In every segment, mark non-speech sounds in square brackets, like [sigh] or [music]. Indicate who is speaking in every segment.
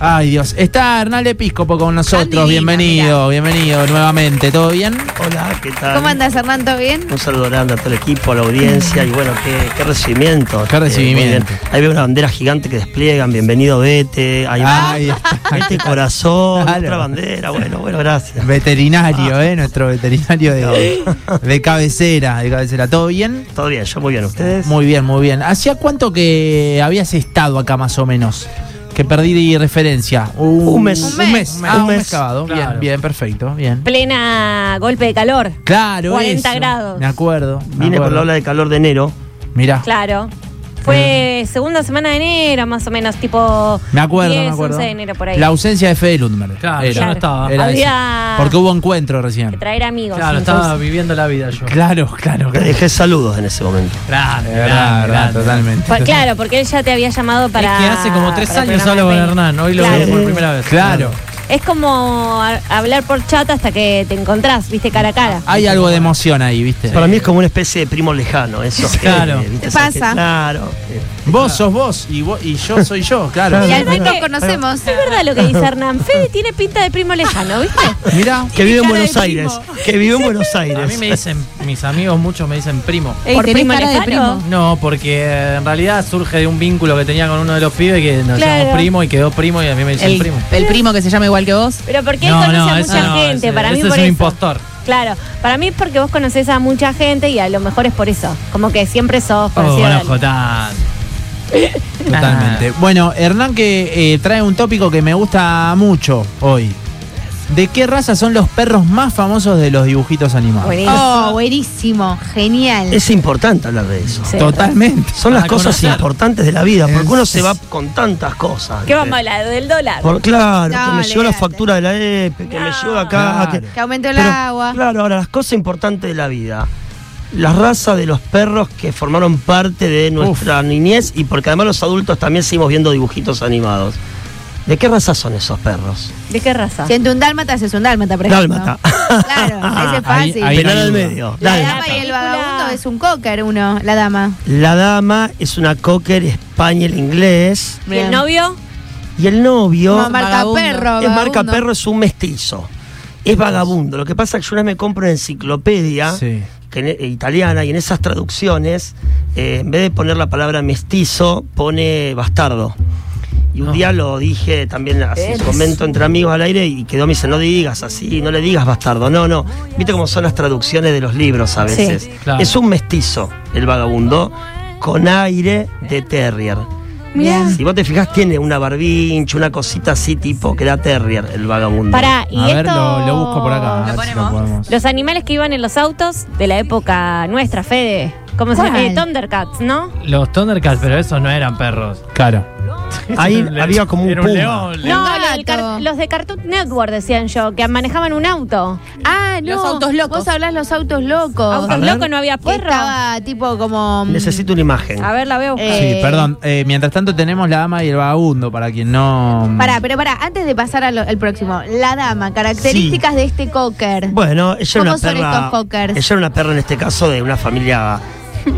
Speaker 1: Ay Dios, está Hernán de Piscopo con nosotros,
Speaker 2: Tan divina,
Speaker 1: bienvenido, bienvenido nuevamente, ¿todo bien?
Speaker 3: Hola, ¿qué tal?
Speaker 2: ¿Cómo andas, Hernán? ¿Todo bien?
Speaker 3: Un saludo grande a todo el equipo, a la audiencia y bueno, qué, qué recibimiento.
Speaker 1: Qué
Speaker 3: Eh, muy
Speaker 1: recibimiento.
Speaker 3: bien. ahí veo una bandera gigante que despliegan, bienvenido Vete, ahí va.
Speaker 1: Ahí está.
Speaker 3: Vete Corazón,
Speaker 1: Claro.
Speaker 3: otra bandera, bueno, bueno, gracias.
Speaker 1: Veterinario, ¿eh? Nuestro veterinario de, de cabecera, de cabecera, ¿todo bien?
Speaker 3: Todo bien, yo muy bien, ¿ustedes?
Speaker 1: Muy bien, muy bien. ¿Hacía cuánto que habías estado acá más o menos? Que perdí referencia. Uh,
Speaker 3: Un mes.
Speaker 1: Un mes.
Speaker 3: Un mes.
Speaker 1: Ah, un
Speaker 3: Un
Speaker 1: mes
Speaker 3: mes.
Speaker 1: acabado. Bien,
Speaker 4: Claro.
Speaker 1: bien, perfecto. Bien.
Speaker 5: Plena golpe de calor.
Speaker 1: Claro,
Speaker 5: 40
Speaker 1: eso.
Speaker 5: grados.
Speaker 1: Me acuerdo. me
Speaker 3: Vine por
Speaker 1: acuerdo.
Speaker 3: la ola de calor de enero.
Speaker 1: Mirá.
Speaker 5: Claro.
Speaker 4: Eh.
Speaker 5: Eh, Fue segunda semana de enero, más o menos, tipo.
Speaker 1: Me acuerdo,
Speaker 5: 10,
Speaker 1: me acuerdo.
Speaker 5: 11 de enero por ahí.
Speaker 1: La ausencia de Fede Lundberg.
Speaker 4: Claro, yo no estaba.
Speaker 1: era
Speaker 5: Había-
Speaker 1: eso. Porque hubo encuentro recién.
Speaker 5: Que traer amigos.
Speaker 4: Claro,
Speaker 5: entonces.
Speaker 4: estaba viviendo la vida yo.
Speaker 1: Claro, claro,
Speaker 3: Te
Speaker 1: claro.
Speaker 3: dejé saludos en ese momento.
Speaker 4: Grande,
Speaker 1: De verdad,
Speaker 4: grande,
Speaker 1: verdad,
Speaker 4: grande.
Speaker 1: totalmente.
Speaker 5: Pues, claro, porque él ya te había llamado para.
Speaker 4: Es que hace como tres
Speaker 5: para
Speaker 4: años
Speaker 5: programar
Speaker 4: hablo con
Speaker 5: el-
Speaker 4: Hernán, hoy lo
Speaker 5: Claro.
Speaker 4: veo por primera vez.
Speaker 1: Claro.
Speaker 5: Es como a- hablar por chat hasta que te encontrás, viste, cara a cara.
Speaker 4: Ah,
Speaker 1: Hay algo de emoción ahí, ¿viste?
Speaker 3: Para mí es como una especie de primo lejano, eso.
Speaker 4: Claro.
Speaker 3: ¿viste?
Speaker 2: Pasa.
Speaker 3: Esa que- Claro. eh,
Speaker 1: Vos sos vos y, vos y yo soy yo,
Speaker 5: [laughs]
Speaker 1: claro.
Speaker 2: Y al
Speaker 5: ¿Verdad
Speaker 2: fin nos
Speaker 5: que-
Speaker 2: conocemos.
Speaker 5: Es verdad lo que dice Hernán. Fede tiene pinta de primo
Speaker 4: [laughs]
Speaker 5: lejano, ¿viste?
Speaker 1: Mirá.
Speaker 3: Que vive en
Speaker 5: cara de
Speaker 3: Buenos Aires. Que vive en
Speaker 1: [laughs]
Speaker 3: Buenos Aires.
Speaker 4: A mí me dicen, mis amigos muchos me dicen primo.
Speaker 2: Ey,
Speaker 5: Por
Speaker 2: tenés
Speaker 5: primo
Speaker 2: cara de
Speaker 5: lejano.
Speaker 2: primo.
Speaker 4: No, porque eh, en realidad surge de un vínculo que tenía con uno de los pibes que nos
Speaker 5: Claro.
Speaker 4: llamamos primo y quedó primo y a mí me dicen
Speaker 2: El,
Speaker 4: primo.
Speaker 2: el primo que se llama igual que vos.
Speaker 5: Pero porque él conoce a
Speaker 4: eso
Speaker 5: mucha
Speaker 4: no,
Speaker 5: gente.
Speaker 4: ese-
Speaker 5: para mí
Speaker 4: ese es
Speaker 5: por
Speaker 4: un
Speaker 5: eso.
Speaker 4: impostor.
Speaker 5: Claro, para mí es porque vos conocés a mucha gente y a lo mejor es por eso. Como que siempre sos
Speaker 4: Oh,
Speaker 5: conocido. de alguien.
Speaker 4: conozco tanto.
Speaker 3: Ah.
Speaker 1: Totalmente. Bueno, Hernán que eh, trae un tópico que me gusta mucho hoy. ¿De qué raza son los perros más famosos de los dibujitos animados?
Speaker 5: Buenísimo.
Speaker 2: Oh, buenísimo, genial.
Speaker 3: Es importante hablar de eso.
Speaker 5: Sí.
Speaker 1: Totalmente. Ah,
Speaker 3: Son las
Speaker 4: Para
Speaker 3: cosas
Speaker 4: conocer.
Speaker 3: importantes de la vida, porque
Speaker 1: Es-
Speaker 3: uno se va con tantas cosas.
Speaker 5: ¿Qué
Speaker 3: ¿viste?
Speaker 5: vamos a hablar? ¿Del dólar?
Speaker 3: Por- claro,
Speaker 2: No,
Speaker 3: que me llegó la
Speaker 2: olvidate.
Speaker 3: factura de la EPE, que me llegó de acá.
Speaker 1: Claro.
Speaker 3: que-
Speaker 2: Que aumentó el
Speaker 3: pero,
Speaker 2: agua.
Speaker 3: Claro, ahora las cosas importantes de la vida. La raza de los perros que formaron parte de nuestra niñez y porque además los adultos también seguimos viendo dibujitos animados. ¿De qué raza son esos perros?
Speaker 5: ¿De qué raza?
Speaker 2: Siente un dálmata, es un dálmata, por ejemplo.
Speaker 3: Dálmata. [laughs]
Speaker 2: Claro, ese es fácil.
Speaker 1: Ahí no
Speaker 3: Penal
Speaker 1: hay
Speaker 3: al
Speaker 1: duda.
Speaker 3: medio.
Speaker 2: la
Speaker 3: dale.
Speaker 2: dama y el
Speaker 5: Película.
Speaker 2: vagabundo es un cocker uno, la dama.
Speaker 3: La dama es una cocker español inglés
Speaker 5: ¿Y el novio?
Speaker 3: y el novio
Speaker 2: No, marca
Speaker 4: vagabundo.
Speaker 2: perro.
Speaker 3: es marca
Speaker 2: vagabundo.
Speaker 3: perro es un mestizo. Es vagabundo. Lo que pasa es que yo una vez me compro una enciclopedia
Speaker 1: Sí.
Speaker 3: que en- eh, italiana y en esas traducciones, eh, en vez de poner la palabra mestizo, pone bastardo. Y un
Speaker 4: No.
Speaker 3: día lo dije también así,
Speaker 5: Eres.
Speaker 3: comento entre amigos al aire y quedó, me dice, no digas así, no le digas bastardo. No, no. Viste cómo son las traducciones de los libros a
Speaker 5: Sí.
Speaker 3: veces.
Speaker 4: Claro.
Speaker 3: Es un mestizo, el vagabundo, con aire de terrier.
Speaker 5: Mirá.
Speaker 3: Si vos te fijas, tiene una barbincha, una cosita así tipo que da terrier el vagabundo.
Speaker 5: Pará, y
Speaker 1: A ver,
Speaker 5: esto-
Speaker 1: lo, lo busco por acá. a ver si lo podemos.
Speaker 5: Los animales que iban en los autos de la época nuestra, Fede. ¿Cómo se llama?
Speaker 2: ¿Cuál?
Speaker 5: Eh, Thundercats, ¿no?
Speaker 4: Los Thundercats, pero esos no eran perros.
Speaker 1: Claro.
Speaker 3: Ahí
Speaker 4: Era un le-
Speaker 3: había como un
Speaker 4: era un
Speaker 3: puma.
Speaker 4: león.
Speaker 5: No,
Speaker 2: gato.
Speaker 5: los, del car- los de Cartoon Network decían yo, que manejaban un auto.
Speaker 2: Ah, no.
Speaker 6: Los autos locos.
Speaker 2: Vos hablás los autos locos.
Speaker 3: A
Speaker 5: Autos
Speaker 3: ver.
Speaker 5: locos, no había
Speaker 2: Que
Speaker 5: perro.
Speaker 2: Estaba tipo como. mm,
Speaker 3: Necesito una imagen.
Speaker 5: A ver, la veo.
Speaker 2: Eh,
Speaker 1: Sí, perdón. Eh, mientras tanto tenemos la dama y el vagabundo, para quien no...
Speaker 2: Pará, pero pará, antes de pasar al al próximo, la dama, características de este cocker.
Speaker 3: Bueno, ella era
Speaker 2: ¿Cómo
Speaker 3: una
Speaker 2: son
Speaker 3: perra.
Speaker 2: estos cockers?
Speaker 3: Ella era una perra en este caso de una familia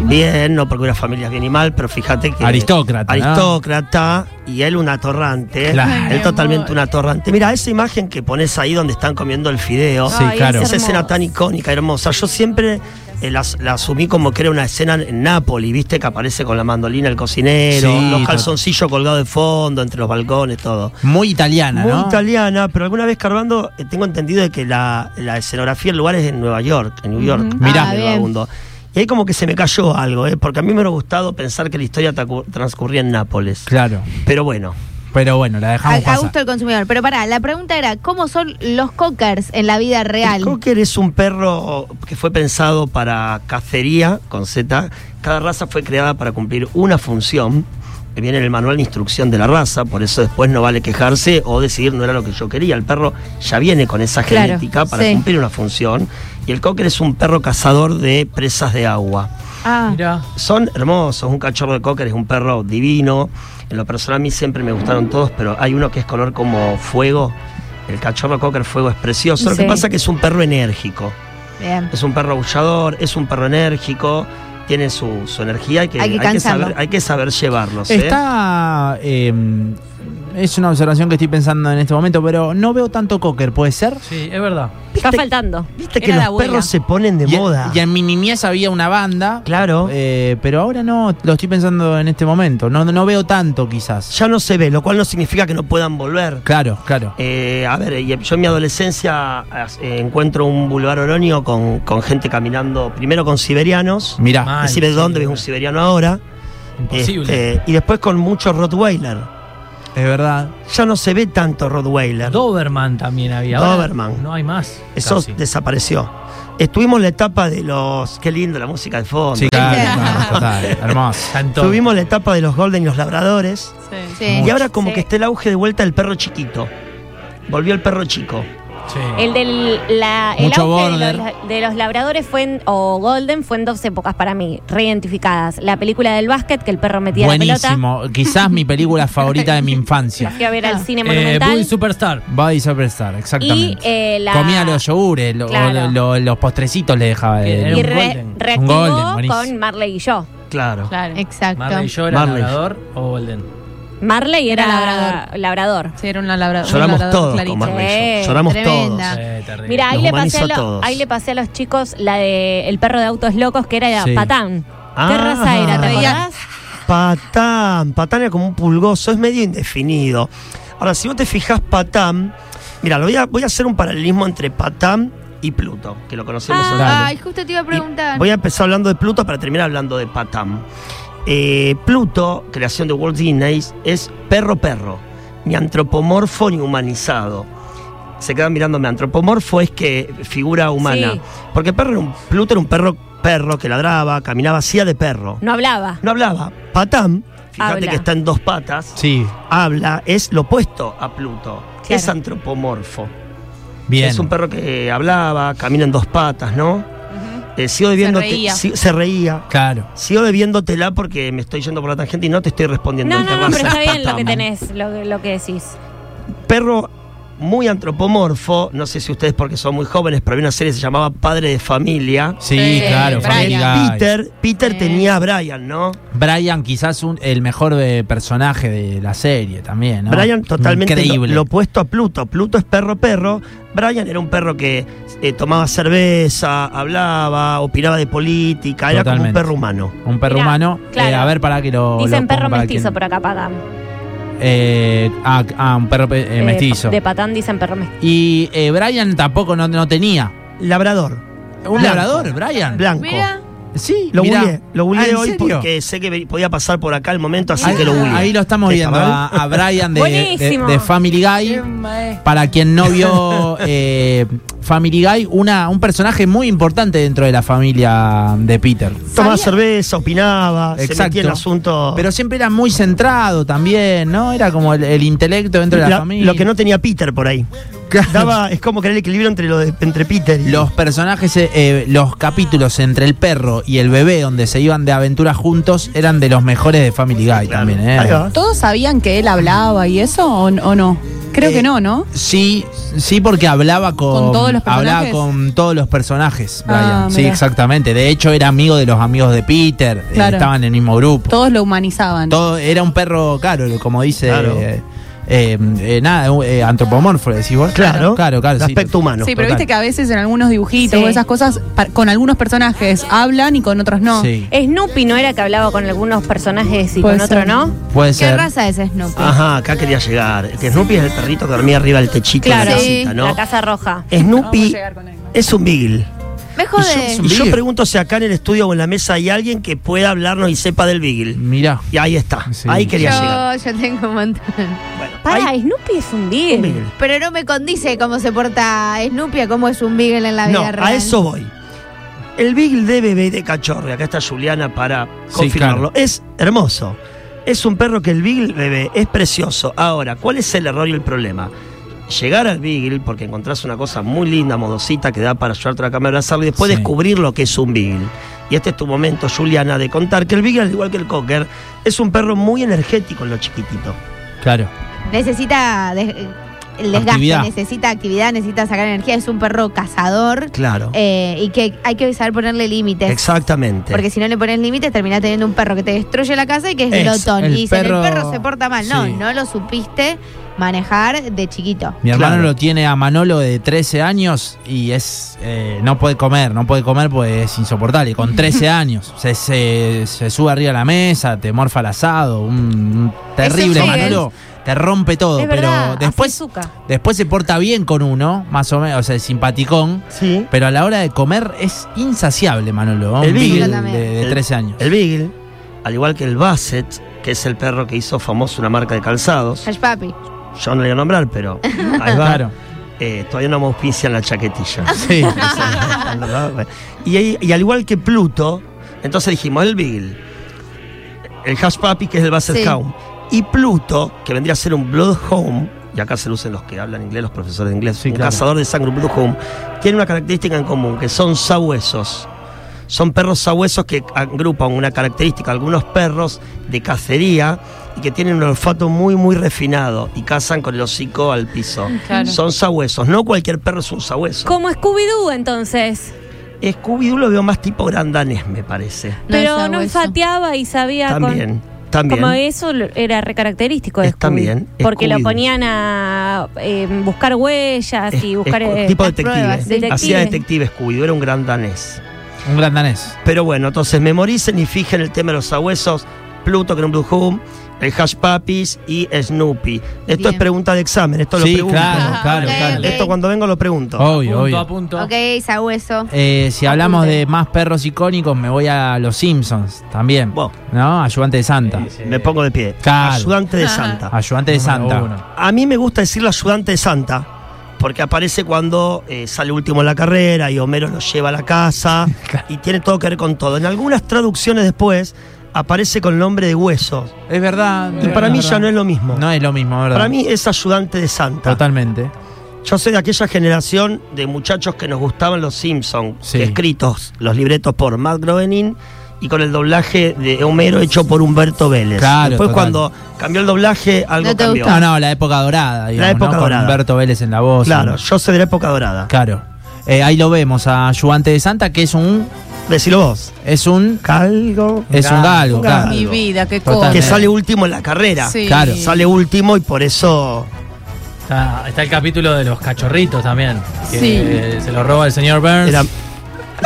Speaker 3: bien, no porque una familia es bien y mal, pero fíjate que.
Speaker 1: Aristócrata, ¿no?
Speaker 3: Aristócrata y él un atorrante.
Speaker 1: Claro. Ay,
Speaker 3: Él totalmente un atorrante. Mira, esa imagen que pones ahí donde están comiendo el fideo.
Speaker 1: Sí,
Speaker 5: Ay,
Speaker 1: claro.
Speaker 5: es
Speaker 3: Esa escena
Speaker 5: hermoso.
Speaker 3: tan icónica, hermosa. Yo siempre eh, la, as- la asumí como que era una escena en Nápoles, ¿viste? Que aparece con la mandolina el cocinero,
Speaker 1: Sí,
Speaker 3: los
Speaker 1: to-
Speaker 3: calzoncillos colgados de fondo, entre los balcones, todo.
Speaker 1: Muy italiana,
Speaker 3: Muy
Speaker 1: ¿no?
Speaker 3: italiana, pero alguna vez Carvando eh, tengo entendido de que la, la escenografía, el lugar es en Nueva York, en New York.
Speaker 1: Mirá.
Speaker 3: en el
Speaker 2: Ah, bien.
Speaker 3: vagabundo. Y ahí como que se me cayó algo, ¿eh? porque a mí me hubiera gustado pensar que la historia tacu- transcurría en Nápoles.
Speaker 1: Claro.
Speaker 3: Pero bueno,
Speaker 1: Pero bueno, la
Speaker 2: A,
Speaker 1: dejamos
Speaker 2: a
Speaker 1: pasar.
Speaker 2: gusto del consumidor. Pero pará, la pregunta era: ¿cómo son los cockers en la vida
Speaker 3: el
Speaker 2: real?
Speaker 3: Cocker es un perro que fue pensado para cacería, con Z. Cada raza fue creada para cumplir una función. que Viene en el manual de instrucción de la raza, por eso después no vale quejarse o decidir no era lo que yo quería. El perro ya viene con esa
Speaker 2: Claro,
Speaker 3: genética para
Speaker 2: sí.
Speaker 3: cumplir una función. Y el cocker es un perro cazador de presas de agua.
Speaker 2: Ah,
Speaker 4: Mirá.
Speaker 3: Son hermosos, un cachorro de cocker es un perro divino. En lo personal a mí siempre me gustaron todos, pero hay uno que es color como fuego. El cachorro cocker fuego es precioso. Lo que
Speaker 5: Sí.
Speaker 3: pasa es que es un perro enérgico.
Speaker 2: bien.
Speaker 3: Es un perro aullador, es un perro enérgico, tiene su, su energía, hay que,
Speaker 2: Hay que cansarlo.
Speaker 3: saber, hay que saber llevarlos. ¿eh?
Speaker 1: Está eh, es una observación que estoy pensando en este momento, pero no veo tanto cocker, ¿puede ser?
Speaker 4: Sí, es verdad.
Speaker 5: Está faltando.
Speaker 3: Viste que
Speaker 6: Era la
Speaker 3: los
Speaker 6: abuela.
Speaker 3: perros se ponen de
Speaker 1: Y-
Speaker 3: moda.
Speaker 1: Y en mi niñez había una banda.
Speaker 3: claro.
Speaker 1: eh, pero ahora no, lo estoy pensando en este momento. No, no veo tanto quizás.
Speaker 3: ya no se ve, lo cual no significa que no puedan volver.
Speaker 1: Claro, claro.
Speaker 3: Eh, a ver, y- yo en mi adolescencia eh, encuentro un boulevard oronio con, con gente caminando, primero con siberianos.
Speaker 1: Mirá.
Speaker 4: Mal.
Speaker 3: decir, Ah, ¿de dónde ves
Speaker 4: sí,
Speaker 3: un
Speaker 4: claro.
Speaker 3: siberiano ahora?
Speaker 4: Imposible.
Speaker 3: Este, y después con mucho Rottweiler.
Speaker 1: Es verdad.
Speaker 3: Ya no se ve tanto Rottweiler.
Speaker 4: Doberman también había. Ahora
Speaker 3: Doberman.
Speaker 4: No hay más.
Speaker 3: Eso
Speaker 4: casi.
Speaker 3: desapareció. Estuvimos la etapa de los. Qué lindo la música de fondo.
Speaker 1: Sí, claro, claro, total, hermoso.
Speaker 4: Tanto-
Speaker 3: Tuvimos la etapa de los Golden y los Labradores.
Speaker 6: Sí.
Speaker 2: Sí.
Speaker 3: Y ahora, como
Speaker 5: Sí.
Speaker 3: que está el auge de vuelta del perro chiquito. Volvió el perro chico.
Speaker 4: Sí.
Speaker 5: El del la, el
Speaker 1: Mucho
Speaker 5: auge de
Speaker 1: border.
Speaker 5: los, de los labradores fue en- o Golden fue en dos épocas para mí, reidentificadas. La película del básquet, que el perro metía la pelota.
Speaker 1: Buenísimo. Ah. Quizás mi
Speaker 5: [laughs]
Speaker 1: película favorita de mi
Speaker 5: La
Speaker 1: infancia.
Speaker 5: fui a ver al cine
Speaker 4: eh, Bull
Speaker 5: monumental.
Speaker 4: Superstar.
Speaker 1: Body Superstar,
Speaker 5: y
Speaker 1: exactamente.
Speaker 5: eh, la
Speaker 1: Comía los yogures, lo-
Speaker 5: Claro.
Speaker 1: lo- los postrecitos le dejaba.
Speaker 4: Que
Speaker 1: de-
Speaker 4: era
Speaker 5: y
Speaker 4: un
Speaker 5: re-
Speaker 4: Golden.
Speaker 5: reactivó
Speaker 1: Un Golden, buenísimo.
Speaker 5: con Marley y yo.
Speaker 3: Claro.
Speaker 6: Claro.
Speaker 2: Exacto.
Speaker 4: Marley y yo era
Speaker 3: Marley.
Speaker 4: labrador o Golden.
Speaker 5: Marley era,
Speaker 6: Era
Speaker 5: labrador.
Speaker 6: labrador. Sí, era una labra- un labrador.
Speaker 3: Lloramos todos
Speaker 6: clarito.
Speaker 3: con Marley y yo.
Speaker 5: Sí.
Speaker 3: Lloramos
Speaker 2: Tremenda.
Speaker 5: Ah.
Speaker 3: todos.
Speaker 4: Sí, Eh, terrible.
Speaker 5: Mira, ahí
Speaker 3: Los
Speaker 5: le, pasé a
Speaker 3: humanizó
Speaker 5: lo-
Speaker 3: a todos.
Speaker 5: ahí le pasé a los chicos la de El perro de autos locos, que era
Speaker 1: Sí.
Speaker 5: Patán. ¿Qué
Speaker 3: Ah.
Speaker 5: raza era? ¿Te acordás?
Speaker 3: Patán. Patán era como un pulgoso. Es medio indefinido. Ahora, si vos te fijás, Patán. Mira, lo voy a, voy a hacer un paralelismo entre Patán y Pluto, que lo conocemos
Speaker 2: Ah,
Speaker 3: ahora.
Speaker 1: Dale.
Speaker 2: Ay, justo te iba a preguntar.
Speaker 3: Voy a empezar hablando de Pluto para terminar hablando de Patam. Eh, Pluto, creación de Walt Disney, es perro-perro, ni antropomorfo ni humanizado. Se quedan mirándome, antropomorfo es que figura humana.
Speaker 5: Sí.
Speaker 3: Porque perro era un- Pluto era un perro perro que ladraba, caminaba, hacía de perro.
Speaker 5: No hablaba.
Speaker 3: No hablaba. Patam, fíjate
Speaker 5: Habla.
Speaker 3: que está en dos patas,
Speaker 1: Sí,
Speaker 3: habla, es lo opuesto a Pluto.
Speaker 5: Claro.
Speaker 3: Es antropomorfo.
Speaker 1: bien.
Speaker 3: Es un perro que hablaba, camina en dos patas, ¿no? Eh, sigo debiendo-
Speaker 6: reía.
Speaker 3: si- se reía.
Speaker 1: Claro.
Speaker 3: Sigo debiéndotela porque me estoy yendo por la tangente y no te estoy respondiendo.
Speaker 5: No, no, no,
Speaker 3: Entonces,
Speaker 5: pero está bien lo que
Speaker 3: patán.
Speaker 5: tenés, lo, que- lo que decís.
Speaker 3: Perro muy antropomorfo, no sé si ustedes porque son muy jóvenes, pero había una serie que se llamaba Padre de Familia.
Speaker 1: Sí,
Speaker 6: Sí,
Speaker 1: claro.
Speaker 6: Brian.
Speaker 1: Family Guy.
Speaker 3: Peter, Peter
Speaker 6: Sí.
Speaker 3: tenía a Brian, ¿no?
Speaker 1: Brian quizás un- el mejor de- personaje de la serie también, ¿no?
Speaker 3: Brian totalmente lo,
Speaker 1: Increíble.
Speaker 3: lo opuesto a Pluto. Pluto es perro-perro. Brian era un perro que eh, tomaba cerveza, hablaba, opinaba de política, era como un
Speaker 1: Totalmente.
Speaker 3: perro humano.
Speaker 1: un perro
Speaker 5: Mirá,
Speaker 1: humano.
Speaker 5: claro.
Speaker 1: Eh, a ver, para que lo.
Speaker 5: Dicen
Speaker 1: lo pongo
Speaker 5: perro
Speaker 1: para
Speaker 5: mestizo
Speaker 1: quien-
Speaker 5: por acá, Patán.
Speaker 1: Eh, ah, ah, un perro pe- eh,
Speaker 5: Eh,
Speaker 1: mestizo.
Speaker 5: De Patán dicen perro mestizo.
Speaker 1: Y eh, Brian tampoco no, no tenía.
Speaker 3: Labrador,
Speaker 1: Un
Speaker 3: Blanco.
Speaker 1: labrador, Brian.
Speaker 3: blanco.
Speaker 2: Mira,
Speaker 1: Sí,
Speaker 3: Lo
Speaker 1: mirá.
Speaker 3: googleé, lo googleé
Speaker 1: Ah, ¿en
Speaker 3: hoy
Speaker 1: serio?
Speaker 3: porque sé que ve- podía pasar por acá el momento, así
Speaker 1: Ahí,
Speaker 3: que lo googleé.
Speaker 1: ahí lo estamos
Speaker 3: ¿Está
Speaker 1: viendo ¿eh?
Speaker 3: mal?
Speaker 1: a, a Brian de, de-
Speaker 5: Buenísimo.
Speaker 1: de Family Guy. Para quien no vio eh, Family Guy, una, un personaje muy importante dentro de la familia de Peter.
Speaker 2: Sabía-
Speaker 3: Tomaba cerveza, opinaba, se
Speaker 1: Exacto.
Speaker 3: metía en asuntos.
Speaker 1: Pero siempre era muy centrado también, ¿no? Era como el, el intelecto dentro de la,
Speaker 3: La-
Speaker 1: familia.
Speaker 3: lo que no tenía Peter por ahí. Daba, es como crear el equilibrio entre, lo de- entre Peter y
Speaker 1: Los personajes, eh, eh, los capítulos entre el perro y el bebé, donde se iban de aventura juntos, eran de los mejores de Family Guy
Speaker 3: Claro.
Speaker 1: también,
Speaker 3: Ahí
Speaker 1: ¿eh?
Speaker 3: va.
Speaker 6: ¿Todos sabían que él hablaba y eso o, o no? Creo
Speaker 1: Eh,
Speaker 6: que no, ¿no?
Speaker 1: Sí, sí, porque hablaba con,
Speaker 6: ¿Con todos los
Speaker 1: hablaba
Speaker 6: personajes?
Speaker 1: con todos los personajes, Brian.
Speaker 6: Ah,
Speaker 1: sí,
Speaker 6: mirá.
Speaker 1: exactamente. De hecho, era amigo de los amigos de Peter, eh,
Speaker 6: Claro.
Speaker 1: estaban en el mismo grupo.
Speaker 6: Todos lo humanizaban.
Speaker 1: Todo, era un perro, claro, como dice.
Speaker 3: Claro.
Speaker 1: eh, eh, eh, nada, un, eh, antropomorfo, decís vos.
Speaker 3: Claro,
Speaker 1: claro, claro.
Speaker 3: de
Speaker 1: sí.
Speaker 3: aspecto humano.
Speaker 6: sí, pero
Speaker 1: total.
Speaker 6: viste que a veces en algunos dibujitos
Speaker 5: Sí.
Speaker 6: o esas cosas, pa- con algunos personajes hablan y con otros no.
Speaker 1: Sí,
Speaker 5: Snoopy no era que hablaba con algunos personajes y
Speaker 6: Puede
Speaker 5: con otro
Speaker 6: ser.
Speaker 5: no.
Speaker 1: puede
Speaker 2: ¿qué
Speaker 1: ser.
Speaker 2: raza es Snoopy?
Speaker 3: Ajá, acá quería llegar. Es que Snoopy es el perrito que dormía arriba del techito de
Speaker 5: Claro,
Speaker 3: la
Speaker 2: Sí.
Speaker 3: casita, ¿no?
Speaker 5: la casa roja.
Speaker 3: Snoopy es un beagle.
Speaker 2: Me
Speaker 3: Y
Speaker 2: jode.
Speaker 3: yo- Y yo,
Speaker 1: Beagle.
Speaker 3: pregunto si acá en el estudio o en la mesa hay alguien que pueda hablarnos y sepa del beagle.
Speaker 1: Mirá.
Speaker 3: Y ahí está,
Speaker 1: Sí.
Speaker 3: ahí quería llegar.
Speaker 2: Yo, yo tengo un montón.
Speaker 3: Bueno,
Speaker 5: Para,
Speaker 3: ahí-
Speaker 5: Snoopy es un
Speaker 3: un
Speaker 5: 10.
Speaker 3: beagle.
Speaker 2: Pero no me condice cómo se porta Snoopy a cómo es un Beagle en la vida
Speaker 3: No,
Speaker 2: real.
Speaker 3: a eso voy. El Beagle de bebé de cachorro, acá está Juliana para
Speaker 1: Sí,
Speaker 3: confirmarlo, es hermoso. Es un perro que el Beagle bebé es precioso. Ahora, ¿cuál es el error y el problema? Llegar al Beagle, porque encontrás una cosa muy linda, modosita, que da para llevarte a la cama y abrazarlo, y después
Speaker 1: Sí.
Speaker 3: descubrir lo que es un Beagle. Y este es tu momento, Juliana, de contar que el Beagle, al igual que el Cocker, es un perro muy energético en lo chiquitito.
Speaker 1: Claro.
Speaker 2: Necesita de- el desgaste,
Speaker 1: Actividad.
Speaker 2: necesita actividad, necesita sacar energía, es un perro cazador
Speaker 3: Claro.
Speaker 2: eh, y que hay que saber ponerle límites.
Speaker 3: Exactamente.
Speaker 2: Porque si no le pones límites, terminás teniendo un perro que te destruye la casa y que es,
Speaker 1: Es,
Speaker 2: glotón.
Speaker 1: el
Speaker 2: y dicen,
Speaker 1: perro-
Speaker 2: el perro se porta mal. No,
Speaker 1: sí.
Speaker 2: no lo supiste manejar de chiquito.
Speaker 1: Mi hermano
Speaker 3: Claro.
Speaker 1: lo tiene a Manolo de 13 años y es eh, no puede comer, no puede comer pues es insoportable. Con 13 años se, se- se sube arriba a la mesa, te morfa el asado, un, un terrible
Speaker 2: sí,
Speaker 1: Manolo, te rompe todo.
Speaker 5: Es
Speaker 1: pero
Speaker 5: verdad, hace
Speaker 1: después,
Speaker 5: azúcar.
Speaker 1: después se porta bien con uno, más o menos, o sea, es simpaticón.
Speaker 3: Sí.
Speaker 1: Pero a la hora de comer es insaciable, Manolo. ¿no?
Speaker 3: El
Speaker 1: Un
Speaker 3: Beagle.
Speaker 1: Beagle de, de
Speaker 3: El-
Speaker 1: 13
Speaker 3: [laughs]
Speaker 1: años.
Speaker 3: El Beagle, al igual que el Basset, que es el perro que hizo famoso una marca de calzados,
Speaker 2: Hash papi.
Speaker 3: yo no le voy a nombrar, pero ahí va.
Speaker 1: Claro.
Speaker 3: Eh, todavía no me auspician la chaquetilla.
Speaker 1: Sí.
Speaker 3: [laughs] y, ahí- y al igual que Pluto, entonces dijimos el Beagle, el Hash Puppy, que es el Basset
Speaker 2: Sí.
Speaker 3: Hound, y Pluto, que vendría a ser un Bloodhound, y acá se lo usan los que hablan inglés, los profesores de inglés,
Speaker 1: Sí,
Speaker 3: un
Speaker 1: claro.
Speaker 3: cazador de sangre, un Bloodhound, tiene una característica en común, que son sabuesos. Son perros sabuesos que agrupan una característica, algunos perros de cacería y que tienen un olfato muy, muy refinado y cazan con el hocico al piso.
Speaker 6: Claro.
Speaker 3: Son sabuesos, no cualquier perro es un sabueso.
Speaker 5: Como Scooby-Doo, entonces.
Speaker 3: Scooby-Doo lo veo más tipo grandanés, me parece.
Speaker 5: Pero
Speaker 6: es
Speaker 5: no
Speaker 6: sabueso.
Speaker 5: enfateaba y sabía con-
Speaker 3: También, también.
Speaker 5: Como eso lo- era re característico de
Speaker 3: Es también,
Speaker 5: Scooby. Porque lo
Speaker 3: Scooby-Doo.
Speaker 5: ponían a eh, buscar huellas
Speaker 3: Es-
Speaker 5: y buscar...
Speaker 3: es-
Speaker 5: eh,
Speaker 3: tipo
Speaker 2: las
Speaker 3: detective.
Speaker 2: pruebas, sí.
Speaker 3: Hacía
Speaker 5: Detective.
Speaker 3: detective Scooby-Doo, era un grandanés.
Speaker 1: [laughs] Un gran danés.
Speaker 3: Pero bueno, entonces memoricen y fijen el tema de los sabuesos. Pluto, que era un Blue Home, el Hash Puppies y Snoopy. Esto
Speaker 2: Bien.
Speaker 3: es pregunta de examen, esto
Speaker 1: Sí,
Speaker 3: lo pregunto.
Speaker 1: claro, Oh, claro,
Speaker 2: Ok,
Speaker 1: claro.
Speaker 2: ok.
Speaker 3: Esto cuando vengo lo pregunto.
Speaker 1: Obvio,
Speaker 4: punto
Speaker 1: obvio.
Speaker 4: a punto.
Speaker 2: Ok, sabueso.
Speaker 1: Eh, si
Speaker 3: Ah,
Speaker 1: hablamos
Speaker 2: Apunte.
Speaker 1: de más perros icónicos, me voy a los Simpsons también.
Speaker 3: Bueno.
Speaker 1: ¿No? Ayudante de Santa.
Speaker 4: Sí, sí.
Speaker 3: Me pongo de pie.
Speaker 1: Claro.
Speaker 3: Ayudante de Santa.
Speaker 1: Ayudante de
Speaker 4: Número
Speaker 1: Santa.
Speaker 4: uno.
Speaker 3: A mí me gusta decirlo ayudante de Santa, porque aparece cuando eh, sale último en la carrera y Homero lo lleva a la
Speaker 1: [laughs]
Speaker 3: casa y tiene todo que ver con todo. En algunas traducciones después aparece con nombre de hueso.
Speaker 1: Es verdad.
Speaker 3: Y para mí ya no es lo mismo.
Speaker 1: No es lo mismo, ¿verdad?
Speaker 3: Para mí es ayudante de Santa.
Speaker 1: Totalmente.
Speaker 3: Yo soy de aquella generación de muchachos que nos gustaban los Simpsons,
Speaker 1: Sí.
Speaker 3: escritos los libretos por Matt Groening y con el doblaje de Homero hecho por Humberto Vélez.
Speaker 1: Claro,
Speaker 3: después
Speaker 1: total. Ah,
Speaker 3: cuando cambió el doblaje algo
Speaker 2: No te
Speaker 3: cambió.
Speaker 1: No, no, la época dorada. digamos,
Speaker 3: época
Speaker 1: ¿no?
Speaker 3: dorada.
Speaker 1: Con Humberto Vélez en la voz.
Speaker 3: Claro,
Speaker 1: ¿no?
Speaker 3: yo soy de la época dorada.
Speaker 1: Claro. Eh, ahí lo vemos a Ayudante de Santa, que es un.
Speaker 3: Decilo vos.
Speaker 1: Es un.
Speaker 3: Calgo.
Speaker 1: Es un galgo,
Speaker 3: Un
Speaker 1: claro.
Speaker 6: Mi vida, qué cosa.
Speaker 1: Total.
Speaker 3: Que sale último en la carrera.
Speaker 6: Sí.
Speaker 1: Claro.
Speaker 3: Sale último y por eso.
Speaker 4: Está, está el capítulo de los cachorritos también. Que
Speaker 6: Sí.
Speaker 4: eh, se lo roba el señor Burns.
Speaker 3: Era,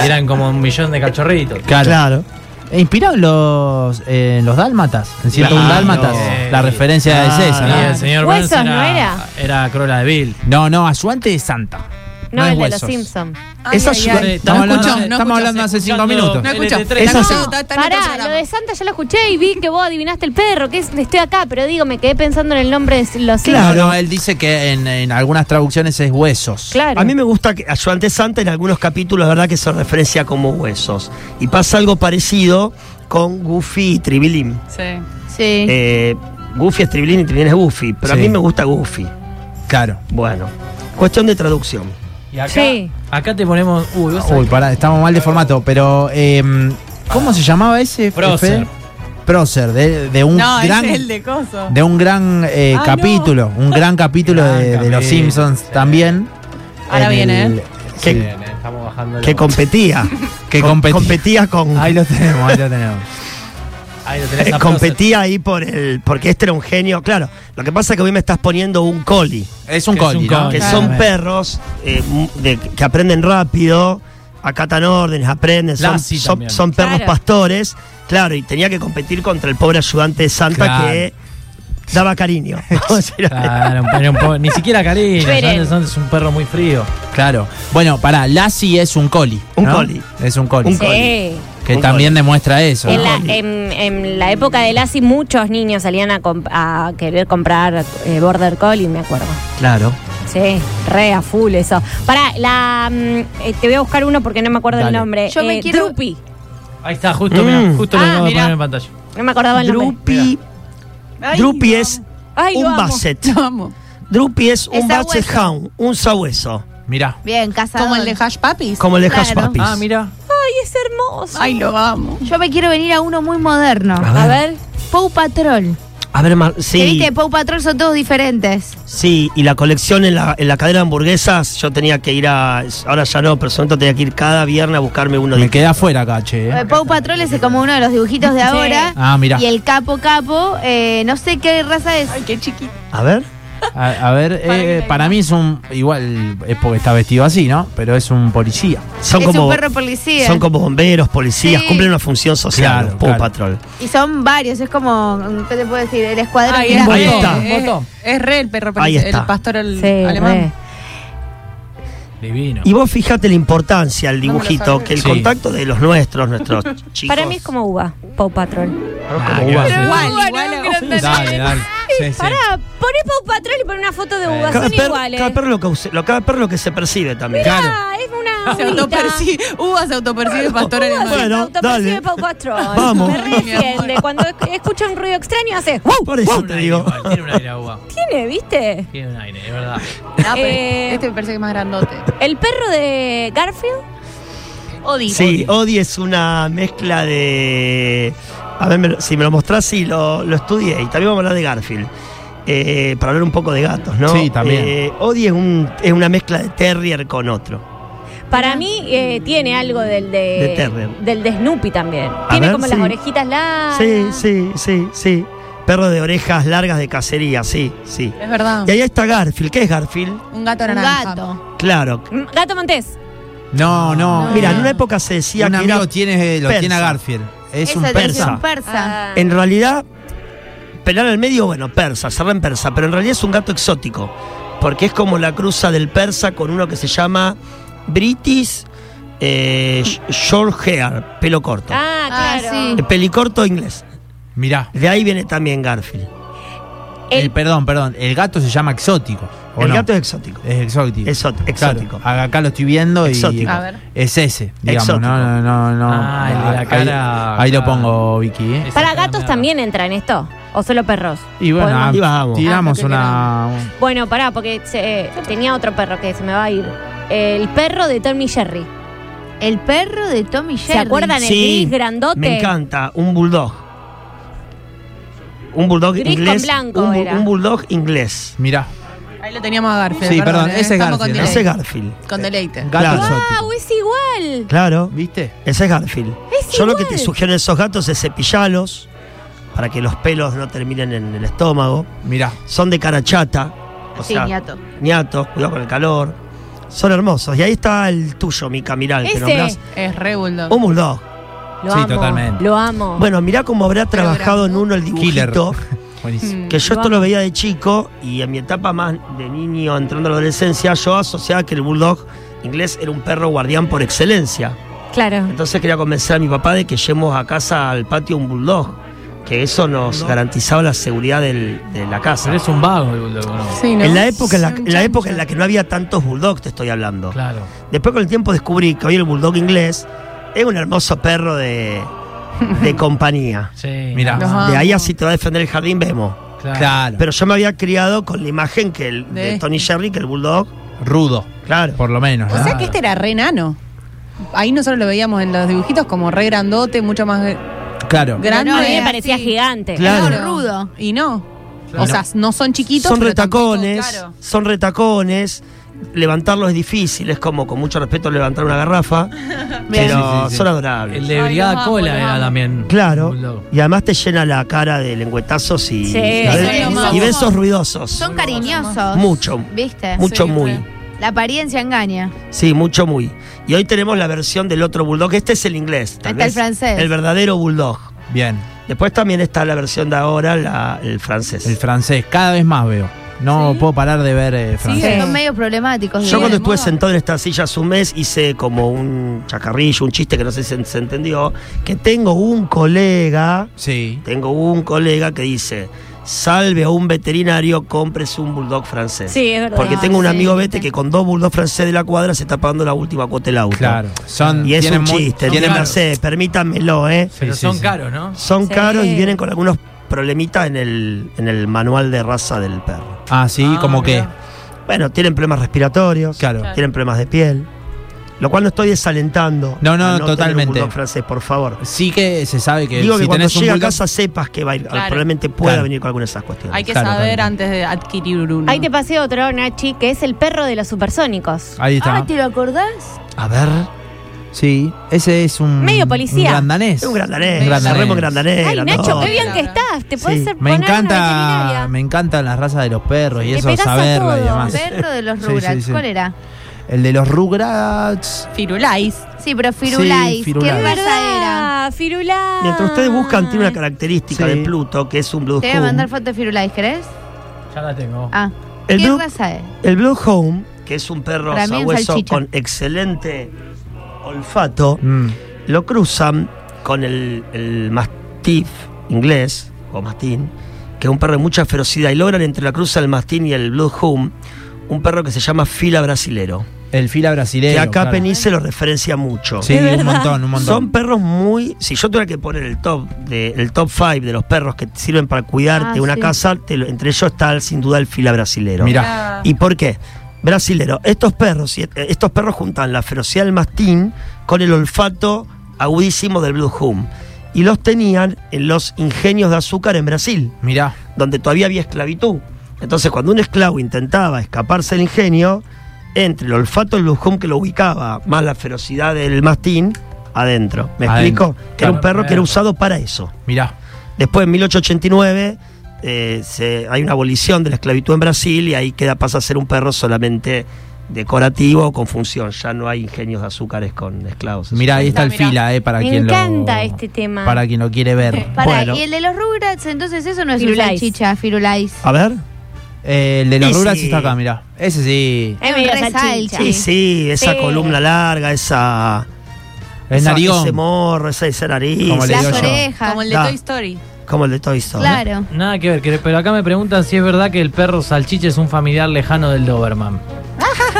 Speaker 4: y Eran como un millón de cachorritos.
Speaker 1: Claro.
Speaker 3: claro.
Speaker 1: Eh, Inspirado en los, eh, en los dálmatas. En 101
Speaker 3: Claro. Ah,
Speaker 1: dálmatas. La referencia
Speaker 3: Claro.
Speaker 1: de César.
Speaker 4: Y
Speaker 1: ¿no?
Speaker 4: el señor Burns
Speaker 5: Huesos,
Speaker 4: era,
Speaker 5: ¿no era?
Speaker 4: era Cruella de Bill.
Speaker 1: No, no, ayudante de Santa.
Speaker 5: No,
Speaker 1: es
Speaker 5: el de los
Speaker 1: huesos.
Speaker 5: Simpsons.
Speaker 6: Ay,
Speaker 3: Esa
Speaker 6: ay,
Speaker 3: ayuda-
Speaker 6: ay.
Speaker 1: Estamos
Speaker 6: No
Speaker 1: hablando,
Speaker 6: escuchó, no
Speaker 1: estamos
Speaker 6: escuchó,
Speaker 1: hablando hace cinco
Speaker 4: escuchando
Speaker 1: minutos.
Speaker 6: No escuchó.
Speaker 4: LT3.
Speaker 6: Está
Speaker 3: Esa
Speaker 6: en
Speaker 3: se-
Speaker 6: otro- está en otro
Speaker 5: Pará,
Speaker 6: programa.
Speaker 5: lo de Santa ya lo escuché y vi que vos adivinaste el perro, que es- estoy acá, pero digo, me quedé pensando en el nombre de los
Speaker 1: Claro,
Speaker 5: Simpsons.
Speaker 1: no, él dice que en, en algunas traducciones es huesos.
Speaker 5: Claro.
Speaker 3: A mí me gusta que Ayudante Santa en algunos capítulos, la verdad que se referencia como huesos. Y pasa algo parecido con Goofy y Tribilín.
Speaker 6: Sí.
Speaker 2: Sí.
Speaker 3: Eh, Goofy es Tribilín y Tribilín es Goofy, pero a
Speaker 1: Sí.
Speaker 3: mí me gusta Goofy.
Speaker 1: Claro.
Speaker 3: Bueno, cuestión de traducción.
Speaker 4: Y acá,
Speaker 5: Sí.
Speaker 4: acá te ponemos. Uy, vos
Speaker 1: Uy,
Speaker 4: sabés.
Speaker 1: pará, estamos mal de formato, pero em, ¿cómo se llamaba ese?
Speaker 4: Prócer.
Speaker 1: Fede? Prócer, de, de un
Speaker 6: No,
Speaker 1: gran.
Speaker 6: es el de coso.
Speaker 1: De un gran eh,
Speaker 6: Ah, no.
Speaker 1: capítulo, un gran capítulo
Speaker 4: Gran
Speaker 1: de, de Los
Speaker 4: capítulo,
Speaker 1: Simpsons
Speaker 4: sí.
Speaker 1: también.
Speaker 6: Ahora
Speaker 1: En
Speaker 6: viene,
Speaker 1: el-
Speaker 6: ¿eh?
Speaker 3: Que,
Speaker 4: Bien, eh, estamos bajando.
Speaker 3: que competía.
Speaker 1: Que
Speaker 3: Com-
Speaker 1: competía.
Speaker 3: competía con.
Speaker 1: Ahí lo tenemos, ahí lo tenemos.
Speaker 4: Ahí lo
Speaker 3: Eh,
Speaker 4: tenés a
Speaker 3: [laughs]
Speaker 4: Procer.
Speaker 3: competía ahí por el. Porque este era un genio. Claro, lo que pasa es que hoy me estás poniendo un coli.
Speaker 1: [laughs] Es un
Speaker 4: Que es un
Speaker 1: coli, ¿no?
Speaker 4: coli.
Speaker 3: Que
Speaker 1: Claro.
Speaker 3: son perros eh, m- de- que aprenden rápido, acatan órdenes, aprenden, son,
Speaker 4: Lassie
Speaker 3: son-
Speaker 4: también.
Speaker 3: son perros
Speaker 5: Claro.
Speaker 3: pastores. Claro, y tenía que competir contra el pobre ayudante de Santa
Speaker 1: Claro.
Speaker 3: que daba cariño. [laughs] Vamos a decir,
Speaker 4: [laughs] Claro, un perro- un po- ni siquiera cariño.
Speaker 5: Esperen.
Speaker 4: Sanderson es un perro muy frío.
Speaker 1: Claro. Bueno, pará, Lassie es un coli.
Speaker 3: Un
Speaker 1: ¿no?
Speaker 3: coli.
Speaker 1: Es un coli.
Speaker 3: Un coli.
Speaker 5: Sí.
Speaker 1: Que
Speaker 3: Un
Speaker 1: también
Speaker 3: coli.
Speaker 1: demuestra eso.
Speaker 5: En
Speaker 1: ¿no?
Speaker 5: la, en- en la época de Lassie muchos niños salían a, comp- a querer comprar eh, Border Collie, me acuerdo.
Speaker 1: Claro.
Speaker 5: Sí, re a full eso. Pará, la, mm, eh, te voy a buscar uno porque no me acuerdo el
Speaker 1: Dale.
Speaker 5: nombre.
Speaker 2: Yo me
Speaker 5: Eh,
Speaker 2: quiero-
Speaker 5: Droopy.
Speaker 4: Ahí está, justo,
Speaker 3: Mm.
Speaker 4: mirá, justo lo
Speaker 6: Ah,
Speaker 4: acabo de
Speaker 6: mirá.
Speaker 4: poner en pantalla.
Speaker 5: No me acordaba el nombre.
Speaker 3: Drupi,
Speaker 6: Ay,
Speaker 3: Drupi
Speaker 6: lo
Speaker 3: es
Speaker 5: Ay, lo
Speaker 3: un
Speaker 5: amo.
Speaker 3: basset.
Speaker 6: Lo amo.
Speaker 3: Drupi es
Speaker 2: Es
Speaker 3: un basset
Speaker 2: sabueso.
Speaker 3: hound, un sabueso,
Speaker 1: Mirá.
Speaker 2: Bien, cazador.
Speaker 6: Como el de Hash Puppies.
Speaker 3: como el de
Speaker 2: Claro.
Speaker 3: Hash Puppies.
Speaker 4: Ah, mira.
Speaker 5: Ay, es hermoso.
Speaker 6: Ay, lo amo.
Speaker 2: Yo me quiero venir a uno muy moderno.
Speaker 5: a ver.
Speaker 2: Pou Patrol.
Speaker 3: A ver, Mar-
Speaker 2: Que
Speaker 3: sí,
Speaker 2: viste, Pau Patrol son todos diferentes.
Speaker 3: sí, y la colección en la, en la cadena de hamburguesas, yo tenía que ir a. Ahora ya no, pero en su momento tenía que ir cada viernes a buscarme uno
Speaker 1: Me
Speaker 3: de.
Speaker 1: quedé afuera acá, che.
Speaker 2: Eh, Pau Patrol es como uno de los dibujitos de
Speaker 5: Sí.
Speaker 2: ahora.
Speaker 1: Ah, mirá.
Speaker 2: Y el capo capo, eh, no sé qué raza es.
Speaker 3: A ver.
Speaker 1: A, a ver, eh, para mí es un. Igual es porque está vestido así, ¿no? Pero es un policía.
Speaker 3: Son
Speaker 2: es
Speaker 3: como.
Speaker 2: un perro policía.
Speaker 3: Son como bomberos, policías,
Speaker 2: Sí.
Speaker 3: cumplen una función social,
Speaker 1: Claro,
Speaker 3: los Paw
Speaker 1: claro.
Speaker 3: Patrol.
Speaker 2: Y son varios, es como, ¿qué te puedo decir? El escuadrón.
Speaker 6: Ay,
Speaker 2: que
Speaker 6: es
Speaker 2: era-
Speaker 3: Ahí
Speaker 6: re,
Speaker 3: está.
Speaker 6: Es, es re el perro,
Speaker 3: Ahí
Speaker 6: el
Speaker 3: está.
Speaker 6: pastor al-
Speaker 5: Sí,
Speaker 6: alemán.
Speaker 1: Divino.
Speaker 3: Y vos fijate la importancia del dibujito, que el
Speaker 1: Sí.
Speaker 3: contacto de los nuestros, nuestros chicos.
Speaker 5: [laughs] Para mí es como uva, Pau Patrol.
Speaker 1: Ah,
Speaker 3: como
Speaker 1: ¿qué va a
Speaker 3: uva.
Speaker 1: ser?
Speaker 6: Igual,
Speaker 2: Bueno,
Speaker 6: igual.
Speaker 2: no, no, no, no.
Speaker 1: Dale, dale. Sí, sí.
Speaker 5: Pará, poné Pau Patrol y pon una foto de uva,
Speaker 3: Cada
Speaker 5: son
Speaker 3: perro,
Speaker 5: iguales.
Speaker 3: cada perro lo que, use- lo- cada perro lo que se percibe también.
Speaker 1: Claro.
Speaker 5: Ah, es una
Speaker 6: [laughs] Se
Speaker 5: uvita.
Speaker 6: autopercibe, Uva se autopercibe pastor alemán.
Speaker 3: Bueno.
Speaker 5: Bueno,
Speaker 3: dale.
Speaker 5: autopercibe Pau Patrol.
Speaker 3: Vamos.
Speaker 5: Me re defiende. Cuando esc- escucha un ruido extraño hace ¡Wow!
Speaker 3: Por eso te digo.
Speaker 4: Tiene un aire, agua.
Speaker 5: Tiene, ¿viste?
Speaker 4: Tiene un aire, es verdad.
Speaker 6: Ah, pero
Speaker 5: Eh,
Speaker 6: Este me parece que es más grandote.
Speaker 5: El perro de Garfield.
Speaker 6: Odi.
Speaker 3: Sí, Odi es una mezcla de. A ver, me lo- si me lo mostrás, sí, lo, lo estudié. Y también vamos a hablar de Garfield. Eh, para hablar un poco de gatos, ¿no?
Speaker 1: Sí, también.
Speaker 3: Eh, Odi es, un- es una mezcla de Terrier con otro.
Speaker 5: Para mí eh, tiene algo del de,
Speaker 3: De Terrier.
Speaker 5: del de Snoopy también. tiene
Speaker 3: ver,
Speaker 5: como
Speaker 3: sí.
Speaker 5: las orejitas largas.
Speaker 3: Sí, sí, sí, sí. Perro de orejas largas de cacería, sí, sí.
Speaker 6: Es verdad.
Speaker 3: Y ahí está Garfield. ¿Qué es Garfield?
Speaker 6: Un gato
Speaker 2: Un
Speaker 6: naranja.
Speaker 2: gato.
Speaker 3: Claro.
Speaker 5: Mm, Gato Montés.
Speaker 1: No, no.
Speaker 3: Mira, en
Speaker 1: un,
Speaker 3: una época se decía que
Speaker 1: amigo
Speaker 3: era.
Speaker 1: tiene, lo
Speaker 3: persa.
Speaker 1: tiene a Garfield. Es
Speaker 2: Eso
Speaker 1: un
Speaker 2: te
Speaker 1: persa.
Speaker 2: decía, un persa.
Speaker 5: Ah.
Speaker 3: En realidad, pelar al medio, bueno, persa, cerrar en persa, pero en realidad es un gato exótico. Porque es como la cruza del persa con uno que se llama British eh, Short Hair, pelo corto.
Speaker 5: Ah,
Speaker 2: Ah,
Speaker 5: claro.
Speaker 2: sí.
Speaker 3: Eh, Pelicorto inglés.
Speaker 1: Mirá.
Speaker 3: De ahí viene también Garfield.
Speaker 5: El-
Speaker 1: El, perdón, perdón. El gato se llama exótico. ¿o
Speaker 3: El
Speaker 1: no?
Speaker 3: gato es exótico.
Speaker 1: es exótico.
Speaker 3: Exo-
Speaker 1: Claro,
Speaker 3: exótico.
Speaker 1: acá lo estoy viendo y
Speaker 3: Exótico.
Speaker 6: A ver.
Speaker 1: es ese, digamos.
Speaker 3: Exótico.
Speaker 1: No, no, no, no.
Speaker 4: Ah, el de la
Speaker 1: Ahí-
Speaker 4: cara-
Speaker 1: Ahí, lo pongo, Vicky. ¿eh?
Speaker 4: Esa
Speaker 5: Para
Speaker 4: cara me
Speaker 5: gatos
Speaker 4: da-
Speaker 5: también entra en esto. O solo perros.
Speaker 1: Y bueno,
Speaker 5: Podemos-
Speaker 1: ah,
Speaker 3: Y vamos.
Speaker 1: tiramos
Speaker 6: Ah, lo que
Speaker 1: una. un-
Speaker 5: Bueno, pará, porque se- eh, tenía otro perro que se me va a ir. El perro de Tommy Jerry.
Speaker 2: El perro de Tommy Jerry.
Speaker 5: ¿Se acuerdan el
Speaker 3: Sí,
Speaker 5: gris grandote?
Speaker 3: Me encanta, un bulldog. Un bulldog
Speaker 5: Gris con
Speaker 3: inglés.
Speaker 5: blanco
Speaker 3: un, bu-
Speaker 5: era.
Speaker 3: un bulldog inglés.
Speaker 1: Mirá,
Speaker 6: Ahí lo teníamos a Garfield.
Speaker 1: Sí, perdón, ese
Speaker 6: eh,
Speaker 1: es
Speaker 6: estamos
Speaker 1: Garfield,
Speaker 6: Con,
Speaker 3: Ese es
Speaker 6: deleite.
Speaker 3: Garfield.
Speaker 6: con deleite.
Speaker 1: gato
Speaker 3: Claro.
Speaker 1: exótico.
Speaker 5: ¡Wow! Ah, Es igual.
Speaker 3: Claro.
Speaker 1: ¿Viste?
Speaker 3: Ese es Garfield.
Speaker 5: Es
Speaker 3: Yo lo que te
Speaker 5: igual.
Speaker 3: sugiero a esos gatos es cepillalos para que los pelos no terminen en el estómago.
Speaker 1: Mirá.
Speaker 3: Son de cara chata. O
Speaker 2: Sí,
Speaker 3: sea,
Speaker 2: ñato.
Speaker 3: ñatos, cuidado con el calor. Son hermosos. Y ahí está el tuyo, Mica, mirá, el que
Speaker 5: Ese. Oh.
Speaker 3: nombrás.
Speaker 6: Es re bulldog.
Speaker 3: Un bulldog.
Speaker 5: Lo
Speaker 1: Sí,
Speaker 5: amo.
Speaker 1: totalmente.
Speaker 5: Lo amo.
Speaker 3: Bueno, mirá cómo habrá trabajado en uno el
Speaker 1: Killer.
Speaker 3: dibujito.
Speaker 1: Buenísimo.
Speaker 6: Mm.
Speaker 3: Que yo esto lo veía de chico y en mi etapa más de niño entrando a la adolescencia, yo asociaba que el bulldog inglés era un perro guardián por excelencia.
Speaker 5: Claro.
Speaker 3: Entonces quería convencer a mi papá de que llevemos a casa al patio un bulldog, que eso nos garantizaba la seguridad del- de la casa.
Speaker 4: Pero es un vago el bulldog, ¿no?
Speaker 6: Sí, ¿no?
Speaker 3: En la época en la,
Speaker 6: Es un
Speaker 3: en la
Speaker 6: chancho.
Speaker 3: época en la que no había tantos bulldogs, te estoy hablando.
Speaker 4: Claro.
Speaker 3: Después con el tiempo descubrí que hoy el bulldog inglés es un hermoso perro de,
Speaker 4: [laughs]
Speaker 3: de compañía.
Speaker 4: Sí.
Speaker 1: Mirá.
Speaker 4: nada más.
Speaker 6: Ajá.
Speaker 3: De ahí así te va a defender el jardín, vemos.
Speaker 4: Claro.
Speaker 1: Claro.
Speaker 3: Pero yo me había criado con la imagen que el,
Speaker 6: De
Speaker 3: de,
Speaker 6: este.
Speaker 3: Tony Jerry, que el bulldog.
Speaker 1: Rudo,
Speaker 3: Claro.
Speaker 1: por lo menos.
Speaker 6: O
Speaker 1: ¿no?
Speaker 6: sea que este era re nano. Ahí nosotros lo veíamos en los dibujitos como re grandote, mucho más eh,
Speaker 1: Claro.
Speaker 6: grande.
Speaker 5: A mí me
Speaker 2: Era
Speaker 5: parecía
Speaker 2: así.
Speaker 5: gigante.
Speaker 3: Claro.
Speaker 2: No, rudo.
Speaker 6: Y no.
Speaker 4: Claro.
Speaker 6: O sea, no son chiquitos.
Speaker 3: son
Speaker 6: pero tampoco,
Speaker 3: retacones.
Speaker 6: claro.
Speaker 3: Son retacones. Levantarlo es difícil, es como con mucho respeto levantar una garrafa. pero
Speaker 1: Sí, sí, sí.
Speaker 3: son
Speaker 4: El
Speaker 3: adorables.
Speaker 4: de
Speaker 6: Ay,
Speaker 4: Brigada
Speaker 6: los amo,
Speaker 4: Cola
Speaker 6: los
Speaker 4: era
Speaker 6: amo.
Speaker 4: también.
Speaker 3: Claro.
Speaker 4: un bulldog.
Speaker 3: Y además te llena la cara de lengüetazos y,
Speaker 5: Sí,
Speaker 3: y,
Speaker 5: son
Speaker 3: be-
Speaker 2: lo
Speaker 3: y
Speaker 2: más.
Speaker 3: besos ruidosos.
Speaker 2: Son cariñosos.
Speaker 3: Mucho.
Speaker 2: ¿Viste?
Speaker 3: Mucho
Speaker 6: Sí,
Speaker 3: muy.
Speaker 6: re.
Speaker 2: La apariencia engaña.
Speaker 3: Sí, mucho muy. Y hoy tenemos la versión del otro bulldog. Este es el inglés.
Speaker 2: Está
Speaker 3: tal
Speaker 2: el
Speaker 3: vez.
Speaker 2: francés.
Speaker 3: El verdadero bulldog.
Speaker 1: Bien.
Speaker 3: Después también está la versión de ahora, la- el francés.
Speaker 1: El francés, cada vez más veo. No puedo parar de ver eh, francés.
Speaker 2: Son medio problemáticos.
Speaker 3: Yo
Speaker 2: digamos.
Speaker 3: cuando estuve sentado en esta silla hace un mes hice como un chacarrillo, un chiste que no sé si se entendió, que tengo un colega,
Speaker 1: Sí.
Speaker 3: tengo un colega que dice, salve a un veterinario, compres un bulldog francés.
Speaker 5: Sí, es verdad.
Speaker 3: Porque
Speaker 2: Ah,
Speaker 3: tengo un
Speaker 2: sí,
Speaker 3: amigo
Speaker 2: viste.
Speaker 3: vete que con dos bulldogs francés de la cuadra se está pagando la última cuota del auto.
Speaker 1: Claro. Son,
Speaker 3: Y es
Speaker 1: tienen
Speaker 3: un
Speaker 1: muy-
Speaker 3: chiste,
Speaker 1: tienen
Speaker 3: tiene
Speaker 1: muy-
Speaker 3: Mercedes, permítanmelo, ¿eh?
Speaker 4: Pero
Speaker 1: Sí, sí,
Speaker 4: son
Speaker 1: sí.
Speaker 4: caros, ¿no?
Speaker 3: Son
Speaker 5: Sí.
Speaker 3: caros y vienen con algunos problemitas en el, en el manual de raza del perro.
Speaker 1: Ah, sí,
Speaker 4: Ah,
Speaker 1: como que.
Speaker 4: mirá.
Speaker 3: Bueno, tienen problemas respiratorios,
Speaker 1: Claro.
Speaker 3: tienen problemas de piel. Lo cual no estoy desalentando.
Speaker 1: No, no,
Speaker 3: a tener un
Speaker 1: totalmente.
Speaker 3: bulldog francés, por favor.
Speaker 1: Sí que se sabe que
Speaker 3: Digo
Speaker 1: si
Speaker 3: que cuando
Speaker 1: tenés un
Speaker 3: llega a
Speaker 1: bulldog-
Speaker 3: casa sepas que va a ir,
Speaker 6: Claro.
Speaker 3: probablemente pueda
Speaker 1: Claro.
Speaker 3: venir con alguna de esas cuestiones.
Speaker 6: Hay que
Speaker 1: Claro,
Speaker 6: saber
Speaker 1: claro.
Speaker 6: antes de adquirir uno.
Speaker 5: Ahí te pasé otro, Nachi, que es el perro de los supersónicos.
Speaker 1: Ahí está.
Speaker 2: Ah, ¿te lo acordás?
Speaker 3: A ver.
Speaker 1: Sí, ese es un.
Speaker 5: Medio policía.
Speaker 1: Un grandanés.
Speaker 3: Es un grandanés.
Speaker 1: Un grandanés.
Speaker 3: Cerremos grandanés.
Speaker 5: Ay, Nacho, qué
Speaker 6: no.
Speaker 5: bien que estás. Te puedes
Speaker 3: Sí.
Speaker 5: hacer
Speaker 1: Me
Speaker 5: poner una
Speaker 1: encanta,
Speaker 5: veterinaria.
Speaker 1: me encantan las razas de los perros y
Speaker 5: Le
Speaker 1: eso,
Speaker 5: pegás a
Speaker 1: saberlo y
Speaker 5: todo.
Speaker 1: demás.
Speaker 2: Perro de los
Speaker 1: Sí, sí,
Speaker 2: Rugrats.
Speaker 1: sí.
Speaker 2: ¿Cuál era?
Speaker 1: El de los Rugrats.
Speaker 6: Firulais.
Speaker 2: Sí, pero Firulais. ¿Qué
Speaker 1: Firulais.
Speaker 2: raza era?
Speaker 5: Ah, Firulá.
Speaker 3: Mientras ustedes buscan, tiene una característica
Speaker 1: Sí.
Speaker 3: de Pluto, que es un Blue
Speaker 2: Te voy a mandar foto de Firulais, ¿querés?
Speaker 4: Ya la tengo.
Speaker 2: Ah.
Speaker 3: El
Speaker 2: ¿Qué
Speaker 3: Blue-
Speaker 2: raza es?
Speaker 3: El Blue Home, que es un perro
Speaker 2: Para mí es
Speaker 3: sabueso
Speaker 2: salchicha.
Speaker 3: con excelente olfato,
Speaker 1: Mm.
Speaker 3: lo cruzan con el, el mastiff inglés, o mastín, que es un perro de mucha ferocidad, y logran entre la cruza del mastín y el Blue Home un perro que se llama fila brasilero,
Speaker 1: El fila brasileño.
Speaker 3: que acá
Speaker 1: claro.
Speaker 3: Penice lo referencia mucho.
Speaker 1: Sí, un montón, un montón.
Speaker 3: Son perros muy. Si yo tuviera que poner el top de, el top 5 de los perros que sirven para cuidarte
Speaker 2: Ah,
Speaker 3: una
Speaker 2: sí.
Speaker 3: casa, te lo- entre ellos está sin duda el fila brasilero.
Speaker 1: Mirá.
Speaker 3: ¿Y por qué? Brasilero, estos perros, y- eh, estos perros juntan la ferocidad del mastín con el olfato agudísimo del Blue Hum. Y los tenían en los ingenios de azúcar en Brasil,
Speaker 1: Mirá,
Speaker 3: donde todavía había esclavitud. Entonces, cuando un esclavo intentaba escaparse del ingenio, entre el olfato del Blue Hum que lo ubicaba, más la ferocidad del mastín, adentro. ¿Me
Speaker 1: Adentro,
Speaker 3: explico? Que era un
Speaker 4: claro.
Speaker 3: perro que era usado para eso.
Speaker 1: mirá.
Speaker 3: Después, en 1889, eh, se- hay una abolición de la esclavitud en Brasil y ahí queda, pasa a ser un perro solamente decorativo o con función. Ya no hay ingenios de azúcares con esclavos.
Speaker 1: Mirá, ahí está el
Speaker 6: Mirá.
Speaker 1: fila, eh, para
Speaker 5: Me
Speaker 1: quien lo.
Speaker 5: encanta este tema.
Speaker 1: Para quien lo quiere ver.
Speaker 2: Pará,
Speaker 3: Bueno.
Speaker 2: y el de los Rugrats, entonces eso no es
Speaker 5: Firulais.
Speaker 2: una chicha, Firulais.
Speaker 3: A ver.
Speaker 1: Eh, el de los
Speaker 3: Y
Speaker 1: Rugrats
Speaker 3: sí.
Speaker 1: está acá, mirá. Ese sí.
Speaker 5: Es
Speaker 2: Un
Speaker 5: medio
Speaker 2: resalche.
Speaker 5: salchicha.
Speaker 3: Sí, sí, esa
Speaker 5: Sí.
Speaker 3: columna larga, esa.
Speaker 1: Es
Speaker 3: esa-
Speaker 1: narigón.
Speaker 3: Ese morro, esa, esa nariz.
Speaker 1: Como le
Speaker 2: Las
Speaker 1: digo yo.
Speaker 2: orejas.
Speaker 6: Como el de
Speaker 3: Da.
Speaker 6: Toy Story.
Speaker 3: Como el de Toy Story.
Speaker 2: Claro.
Speaker 4: Nada que ver, que- pero acá me preguntan si es verdad que el perro salchicha es un familiar lejano del Doberman.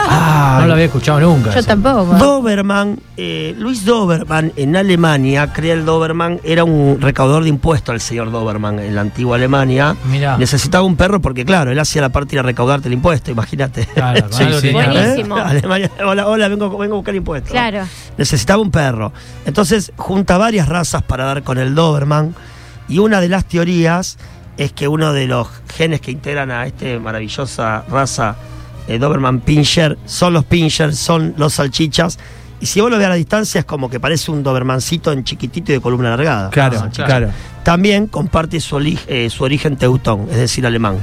Speaker 1: Ah,
Speaker 4: No lo había escuchado nunca.
Speaker 2: Yo
Speaker 4: eso.
Speaker 2: tampoco.
Speaker 3: Doberman, eh, Luis Doberman en Alemania, crea el Doberman, era un recaudador de impuestos el señor Doberman en la antigua Alemania.
Speaker 4: Mirá.
Speaker 3: Necesitaba un perro porque, claro, él hacía la parte de ir a recaudarte el impuesto, imagínate.
Speaker 4: Claro,
Speaker 3: [laughs]
Speaker 4: con
Speaker 1: Sí,
Speaker 4: algo
Speaker 1: sí,
Speaker 4: tenía que ver.
Speaker 5: Buenísimo.
Speaker 3: Alemania, hola, hola, vengo, vengo a buscar impuestos.
Speaker 5: Claro.
Speaker 3: Necesitaba un perro. Entonces junta varias razas para dar con el Doberman y una de las teorías es que uno de los genes que integran a esta maravillosa raza eh, Doberman Pinscher son los Pinscher, son los salchichas. Y si vos lo ves a la distancia es como que parece un Dobermancito en chiquitito y de columna alargada.
Speaker 1: Claro,
Speaker 4: Ah, claro.
Speaker 1: claro.
Speaker 3: También comparte su, oli- eh, su origen teutón, es decir, alemán.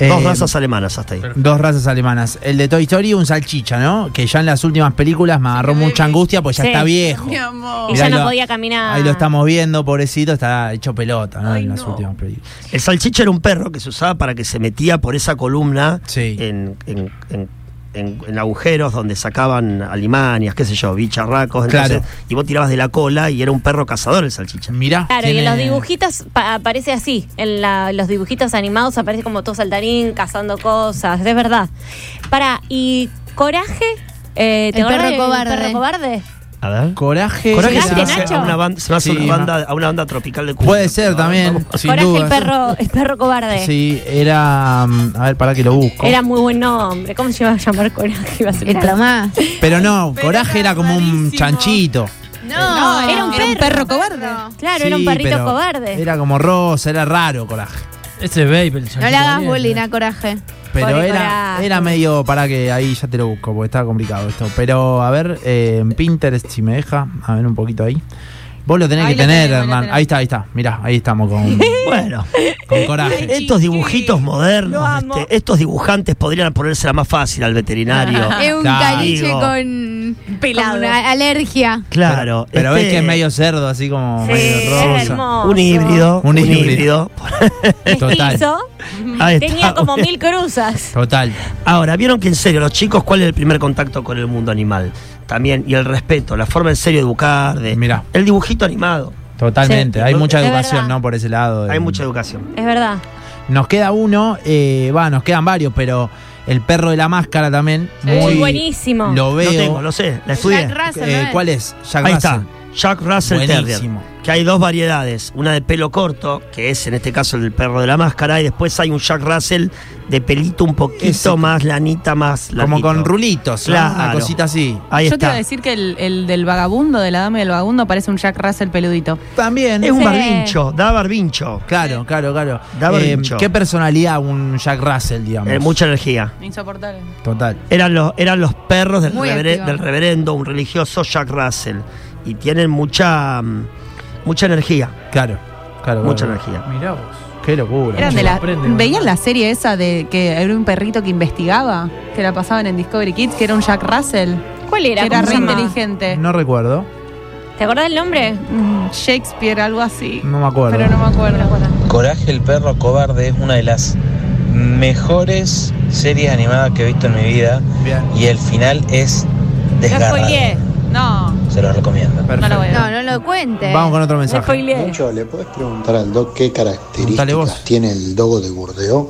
Speaker 3: Dos
Speaker 1: Eh,
Speaker 3: razas alemanas hasta ahí.
Speaker 1: Dos razas alemanas. El de Toy Story, un salchicha, ¿no? Que ya en las últimas películas me agarró mucha angustia pues ya
Speaker 5: Sí.
Speaker 1: está viejo.
Speaker 6: Mi amor.
Speaker 5: Y
Speaker 1: Mirá,
Speaker 5: ya no
Speaker 1: lo-
Speaker 5: podía caminar.
Speaker 1: Ahí lo estamos viendo, pobrecito, está hecho pelota, ¿no?
Speaker 6: Ay,
Speaker 1: en las
Speaker 6: no.
Speaker 1: últimas películas.
Speaker 3: El salchicha era un perro que se usaba para que se metía por esa columna
Speaker 1: Sí.
Speaker 3: en, en- en- en- en agujeros donde sacaban alimañas, qué sé yo, bicharracos. entonces,
Speaker 1: Claro. Eh,
Speaker 3: Y vos tirabas de la cola y era un perro cazador el salchicha.
Speaker 1: Mirá.
Speaker 5: Claro, y en
Speaker 1: tiene-
Speaker 5: los dibujitos pa- aparece así, en la- los dibujitos animados aparece como todo saltarín, cazando cosas, es verdad. Para, ¿y Coraje? Eh, ¿te
Speaker 2: El
Speaker 5: acordás
Speaker 2: perro
Speaker 5: del
Speaker 2: cobarde.
Speaker 5: perro cobarde?
Speaker 3: A ver.
Speaker 1: Coraje.
Speaker 3: Coraje
Speaker 5: ¿Llegaste,
Speaker 3: se me hace
Speaker 5: Nacho?
Speaker 3: a una banda, se me hace
Speaker 1: Sí,
Speaker 3: una banda- a una banda tropical de Cuba.
Speaker 1: Puede ser
Speaker 3: Pero,
Speaker 1: también.
Speaker 3: vamos.
Speaker 1: Sin
Speaker 5: Coraje
Speaker 1: duda.
Speaker 5: el perro, el perro cobarde.
Speaker 1: Sí, era. mm, A ver, para que lo busco.
Speaker 5: Era muy buen nombre, ¿cómo se iba a llamar Coraje? Iba a ser
Speaker 2: Era lo más.
Speaker 1: Pero no,
Speaker 6: Pero
Speaker 1: Coraje era
Speaker 6: era
Speaker 1: como un
Speaker 6: rarísimo.
Speaker 1: chanchito.
Speaker 2: No,
Speaker 5: era un perro.
Speaker 6: cobarde.
Speaker 5: Claro, era un
Speaker 1: Sí,
Speaker 5: perrito
Speaker 1: pero
Speaker 5: cobarde.
Speaker 1: Era como rosa, era raro Coraje.
Speaker 4: Ese baby, el chanchito
Speaker 2: No le hagas
Speaker 4: bien,
Speaker 2: bullying
Speaker 4: ¿no?
Speaker 2: a coraje.
Speaker 1: Pero
Speaker 5: Pobre
Speaker 1: era,
Speaker 5: Coraje.
Speaker 1: era medio. Para que ahí ya te lo busco, porque estaba complicado esto. Pero a ver, eh, en Pinterest, si me deja, a ver un poquito ahí. Vos lo tenés
Speaker 6: Ahí
Speaker 1: que
Speaker 6: lo
Speaker 1: tener,
Speaker 6: tenemos, lo
Speaker 1: Hernán.
Speaker 6: tenemos.
Speaker 1: Ahí está, ahí está. Mirá, ahí estamos con, [laughs]
Speaker 3: Bueno,
Speaker 1: con coraje.
Speaker 5: [laughs]
Speaker 3: estos dibujitos
Speaker 5: Lo
Speaker 3: modernos,
Speaker 5: amo.
Speaker 3: este, estos dibujantes podrían ponérsela más fácil al veterinario.
Speaker 5: [laughs] Eh,
Speaker 2: Es un
Speaker 1: Claro.
Speaker 2: caliche
Speaker 3: Digo.
Speaker 2: con,
Speaker 5: Ah. Pelado.
Speaker 2: con una alergia.
Speaker 3: claro.
Speaker 1: Pero ves
Speaker 3: este-
Speaker 1: que es medio cerdo, así como
Speaker 5: Sí,
Speaker 1: medio
Speaker 5: es
Speaker 1: rosa.
Speaker 5: hermoso.
Speaker 3: Un híbrido.
Speaker 1: Un híbrido. Eh, Total.
Speaker 5: Mestizo,
Speaker 3: Ahí está.
Speaker 5: tenía como mil cruzas.
Speaker 1: Total.
Speaker 3: Ahora, vieron que en serio, los chicos, ¿cuál es el primer contacto con el mundo animal? También, y el respeto, la forma en serio de educar, de.
Speaker 1: Mirá.
Speaker 3: El dibujito animado.
Speaker 1: Totalmente.
Speaker 3: Sí.
Speaker 1: Hay mucha
Speaker 5: Es
Speaker 1: educación,
Speaker 5: verdad.
Speaker 1: ¿no? Por ese lado.
Speaker 3: Hay
Speaker 1: En-
Speaker 3: mucha educación.
Speaker 5: Es verdad.
Speaker 1: Nos queda uno, eh, va, nos quedan varios, pero El perro de la máscara también.
Speaker 4: Sí.
Speaker 1: Muy
Speaker 5: Muy buenísimo.
Speaker 1: Lo
Speaker 3: Lo
Speaker 1: veo.
Speaker 3: tengo, lo sé, la estudié.
Speaker 2: Jack Russell,
Speaker 1: Eh,
Speaker 2: ¿no es?
Speaker 1: ¿Cuál es? Jack
Speaker 3: Ahí
Speaker 1: Russell.
Speaker 3: está, Jack Russell
Speaker 1: Buenísimo.
Speaker 3: Terrier. Que hay dos variedades, una de pelo corto, que es en este caso el del perro de la máscara, y después hay un Jack Russell de pelito un poquito
Speaker 1: Ese.
Speaker 3: más lanita, más
Speaker 1: Como
Speaker 3: larguito.
Speaker 1: con rulitos, ¿no? una
Speaker 3: Claro.
Speaker 1: cosita así.
Speaker 3: Ahí
Speaker 6: Yo te iba a
Speaker 3: está.
Speaker 6: decir que el, el del vagabundo, de la dama y el vagabundo, parece un Jack Russell peludito.
Speaker 1: También.
Speaker 3: Es un
Speaker 5: Sí.
Speaker 3: barbincho, da barbincho.
Speaker 1: Claro, claro, claro. Eh,
Speaker 3: Da berrincho.
Speaker 1: ¿Qué personalidad un Jack Russell, digamos?
Speaker 3: Eh, mucha energía.
Speaker 6: Insoportable.
Speaker 1: Total.
Speaker 3: Eran los, eran los perros del,
Speaker 6: Muy
Speaker 3: revere-
Speaker 6: activado.
Speaker 3: del reverendo, un religioso Jack Russell. Y tienen mucha, mm, mucha energía.
Speaker 1: Claro, claro.
Speaker 3: Mucha
Speaker 1: claro.
Speaker 3: energía.
Speaker 4: Mirá vos.
Speaker 1: Qué locura.
Speaker 6: Eran de la,
Speaker 4: sorprende, ¿no?
Speaker 6: ¿Veían la serie esa de que era un perrito que investigaba? Que la pasaban en Discovery Kids, que era un Jack Russell.
Speaker 5: ¿Cuál
Speaker 6: Que
Speaker 5: era?
Speaker 6: era
Speaker 5: ¿Cómo se
Speaker 6: re
Speaker 5: llama?
Speaker 6: inteligente.
Speaker 1: No recuerdo.
Speaker 5: ¿Te acordás del nombre?
Speaker 6: Mm, Shakespeare, algo así.
Speaker 1: No me acuerdo.
Speaker 6: Pero no me acuerdo.
Speaker 7: Coraje el perro cobarde es una de las mejores series animadas que he visto en mi vida
Speaker 1: Bien.
Speaker 7: y el final es
Speaker 5: No
Speaker 7: desgarrador.
Speaker 5: spoileé.
Speaker 6: No,
Speaker 7: Se los recomiendo.
Speaker 1: Perfecto.
Speaker 6: no lo veo.
Speaker 2: No, no lo cuente.
Speaker 1: Vamos con otro
Speaker 5: No
Speaker 1: mensaje.
Speaker 5: spoileé.
Speaker 8: Mucho, ¿le podés preguntar al Doc qué
Speaker 1: Preguntale vos.
Speaker 8: características tiene el Dogo de Burdeos?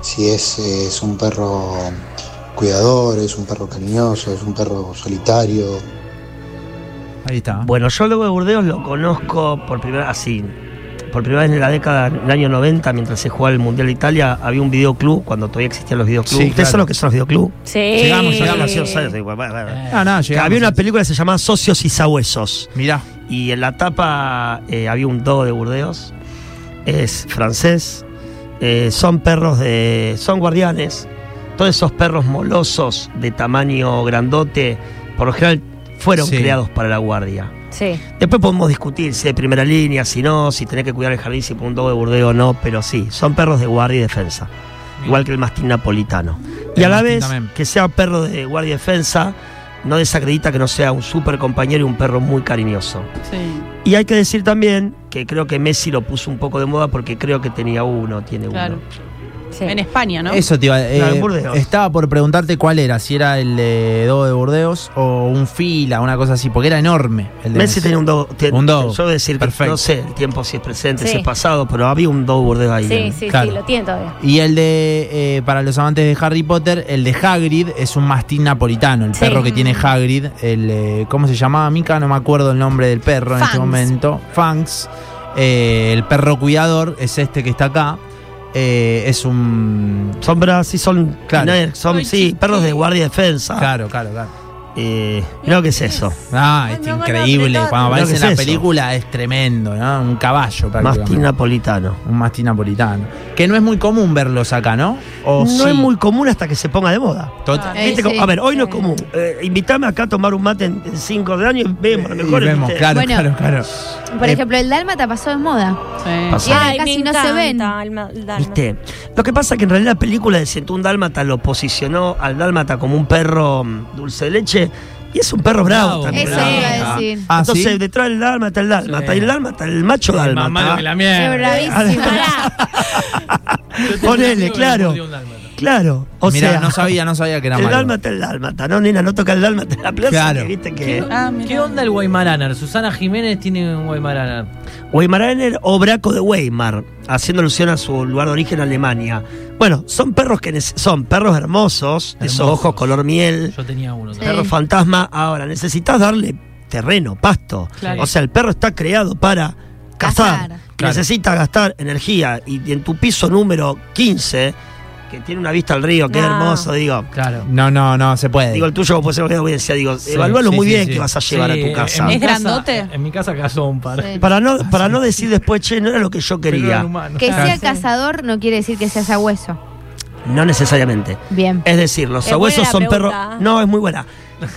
Speaker 8: Si es, eh, es un perro cuidador, es un perro cariñoso, es un perro solitario.
Speaker 1: Ahí está.
Speaker 3: Bueno, yo luego de Burdeos lo conozco por primera así. Por primera vez en la década del año 90, mientras se jugaba el Mundial de Italia, había un videoclub cuando todavía existían los videoclubs.
Speaker 1: Sí,
Speaker 3: ¿Ustedes
Speaker 1: claro.
Speaker 3: saben lo que son los videoclubs?
Speaker 5: Sí.
Speaker 3: Llegamos, llegamos, sí, sí, sí, bueno, bueno, bueno.
Speaker 1: Ah, no,
Speaker 3: Que
Speaker 1: llegamos.
Speaker 3: Había una película que se llamaba Socios y Sabuesos.
Speaker 1: Mirá.
Speaker 3: Y en la tapa eh, había un dogo de Burdeos. Es francés. Eh, son perros de. Son guardianes. Todos esos perros molosos de tamaño grandote, por lo general, fueron
Speaker 1: Sí.
Speaker 3: creados para la guardia.
Speaker 5: Sí.
Speaker 3: Después podemos discutir si de primera línea, si no, si tenés que cuidar el jardín, si por un dogo de Burdeos o no, pero sí, son perros de guardia y defensa. Igual que el mastín napolitano. Y
Speaker 1: El
Speaker 3: a la
Speaker 1: mastín
Speaker 3: vez,
Speaker 1: también.
Speaker 3: que sea perro de guardia y defensa, no desacredita que no sea un super compañero y un perro muy cariñoso.
Speaker 6: Sí.
Speaker 3: Y hay que decir también que creo que Messi lo puso un poco de moda porque creo que tenía uno, tiene
Speaker 6: Claro.
Speaker 3: uno.
Speaker 5: sí.
Speaker 6: En España, ¿no?
Speaker 1: Eso te iba eh,
Speaker 3: Claro, en Burdeos.
Speaker 1: Estaba por preguntarte cuál era, si era el de Dogo de Burdeos o un fila, una cosa así, porque era enorme el de
Speaker 3: Messi tenía un dogo. te-
Speaker 1: Un dogo.
Speaker 3: Yo voy a decir que
Speaker 1: Perfecto.
Speaker 3: no sé el tiempo si es presente, si
Speaker 5: Sí.
Speaker 3: es pasado, pero había un dogo burdeo ahí.
Speaker 5: Sí,
Speaker 3: ¿no?
Speaker 5: sí,
Speaker 1: Claro.
Speaker 5: sí, lo tiene todavía.
Speaker 1: Y el de, eh, para los amantes de Harry Potter, el de Hagrid es un mastín napolitano, el
Speaker 5: Sí.
Speaker 1: perro que tiene Hagrid, el, eh, ¿cómo se llamaba Mica? No me acuerdo el nombre del perro en este
Speaker 6: Fangs.
Speaker 1: momento. Fangs. Eh, el perro cuidador es este que está acá. Eh, es un...
Speaker 3: Son bras, sí, son,
Speaker 1: Claro.
Speaker 3: son
Speaker 6: Ay,
Speaker 3: sí, perros de guardia y defensa.
Speaker 1: Claro, claro, claro.
Speaker 3: Eh, creo que es eso.
Speaker 1: Ah,
Speaker 6: Ay,
Speaker 1: es
Speaker 6: me van a
Speaker 1: increíble.
Speaker 6: apretar.
Speaker 1: Cuando aparece
Speaker 3: Creo
Speaker 1: en
Speaker 3: que
Speaker 1: la
Speaker 3: es eso.
Speaker 1: película es tremendo, ¿no? Un caballo
Speaker 3: Mastín
Speaker 1: prácticamente.
Speaker 3: napolitano.
Speaker 1: Un mastín napolitano. Que no es muy común verlos acá, ¿no? O
Speaker 3: No
Speaker 1: sí.
Speaker 3: es muy común hasta que se ponga de moda.
Speaker 1: Total.
Speaker 6: Eh,
Speaker 3: Viste,
Speaker 6: sí,
Speaker 3: como- a ver, hoy no es
Speaker 6: sí.
Speaker 3: común. Eh, invítame acá a tomar un mate en 5 de año y vemos. a lo
Speaker 1: Y
Speaker 3: mejor este-
Speaker 1: vemos,
Speaker 3: viste.
Speaker 1: claro,
Speaker 2: Bueno.
Speaker 1: claro, claro.
Speaker 2: Por
Speaker 3: Eh,
Speaker 2: ejemplo, el dálmata pasó de moda.
Speaker 6: Sí.
Speaker 3: Pasa.
Speaker 2: Y ahora
Speaker 5: Ay,
Speaker 2: casi no
Speaker 5: me
Speaker 2: se ven.
Speaker 5: encanta el ma- el Dalma.
Speaker 3: ¿Viste? Lo que pasa es que en realidad la película de 101 Dálmata lo posicionó al Dálmata como un perro mm, dulce de leche y es un perro bravo,
Speaker 4: Bravo.
Speaker 3: también.
Speaker 2: Eso
Speaker 4: Bravo.
Speaker 2: iba a decir.
Speaker 1: Ah, ¿sí?
Speaker 3: Entonces, detrás del Dálmata, el Dálmata,
Speaker 4: Sí.
Speaker 3: y el Dálmata, el macho Dálmata.
Speaker 4: Mamá de la
Speaker 2: Qué
Speaker 4: mierda.
Speaker 2: bravísimo.
Speaker 3: Ponele, claro. Claro. O
Speaker 1: Mirá,
Speaker 3: sea,
Speaker 1: no sabía, no sabía que era
Speaker 3: el
Speaker 1: malo.
Speaker 3: Dálmata, el Dálmata. No, nena, no toca el Dálmata en la plaza.
Speaker 1: Claro.
Speaker 3: que viste que...
Speaker 4: ¿Qué,
Speaker 6: Ah, mirá.
Speaker 4: qué onda el Weimaraner? Susana Jiménez tiene un Weimaraner.
Speaker 3: Weimaraner o Braco de Weimar, haciendo alusión a su lugar de origen Alemania. Bueno, son perros que nece- son perros hermosos, de esos
Speaker 4: Hermosos.
Speaker 3: ojos color miel,
Speaker 4: Yo tenía uno. también.
Speaker 3: perro fantasma. Ahora, necesitas darle terreno, pasto.
Speaker 6: Claro.
Speaker 3: O sea, el perro está creado para cazar.
Speaker 2: Cazar.
Speaker 1: Claro.
Speaker 3: Necesita gastar energía. Y en tu piso número 15, que tiene una vista al río, que es
Speaker 5: No.
Speaker 3: hermoso, digo.
Speaker 4: Claro.
Speaker 1: No, no, no, se puede.
Speaker 3: Digo, el tuyo, pues ser audiencia, digo,
Speaker 4: Sí,
Speaker 3: evalúalo
Speaker 4: sí,
Speaker 3: muy
Speaker 4: sí,
Speaker 3: bien
Speaker 4: sí.
Speaker 3: que vas a llevar
Speaker 4: Sí,
Speaker 3: a tu casa.
Speaker 4: mi
Speaker 6: ¿Es grandote?
Speaker 4: En mi casa casó un par.
Speaker 2: Sí.
Speaker 3: Para no, para no decir después, che, no era lo que yo
Speaker 4: Pero
Speaker 3: quería.
Speaker 4: eran humanos.
Speaker 2: Que sea
Speaker 1: Claro.
Speaker 2: cazador no quiere decir que sea sabueso.
Speaker 3: No necesariamente.
Speaker 2: Bien.
Speaker 3: Es decir, los
Speaker 5: Es
Speaker 3: sabuesos
Speaker 5: buena
Speaker 3: son
Speaker 5: la
Speaker 3: perros.
Speaker 5: pregunta.
Speaker 3: No, es muy buena.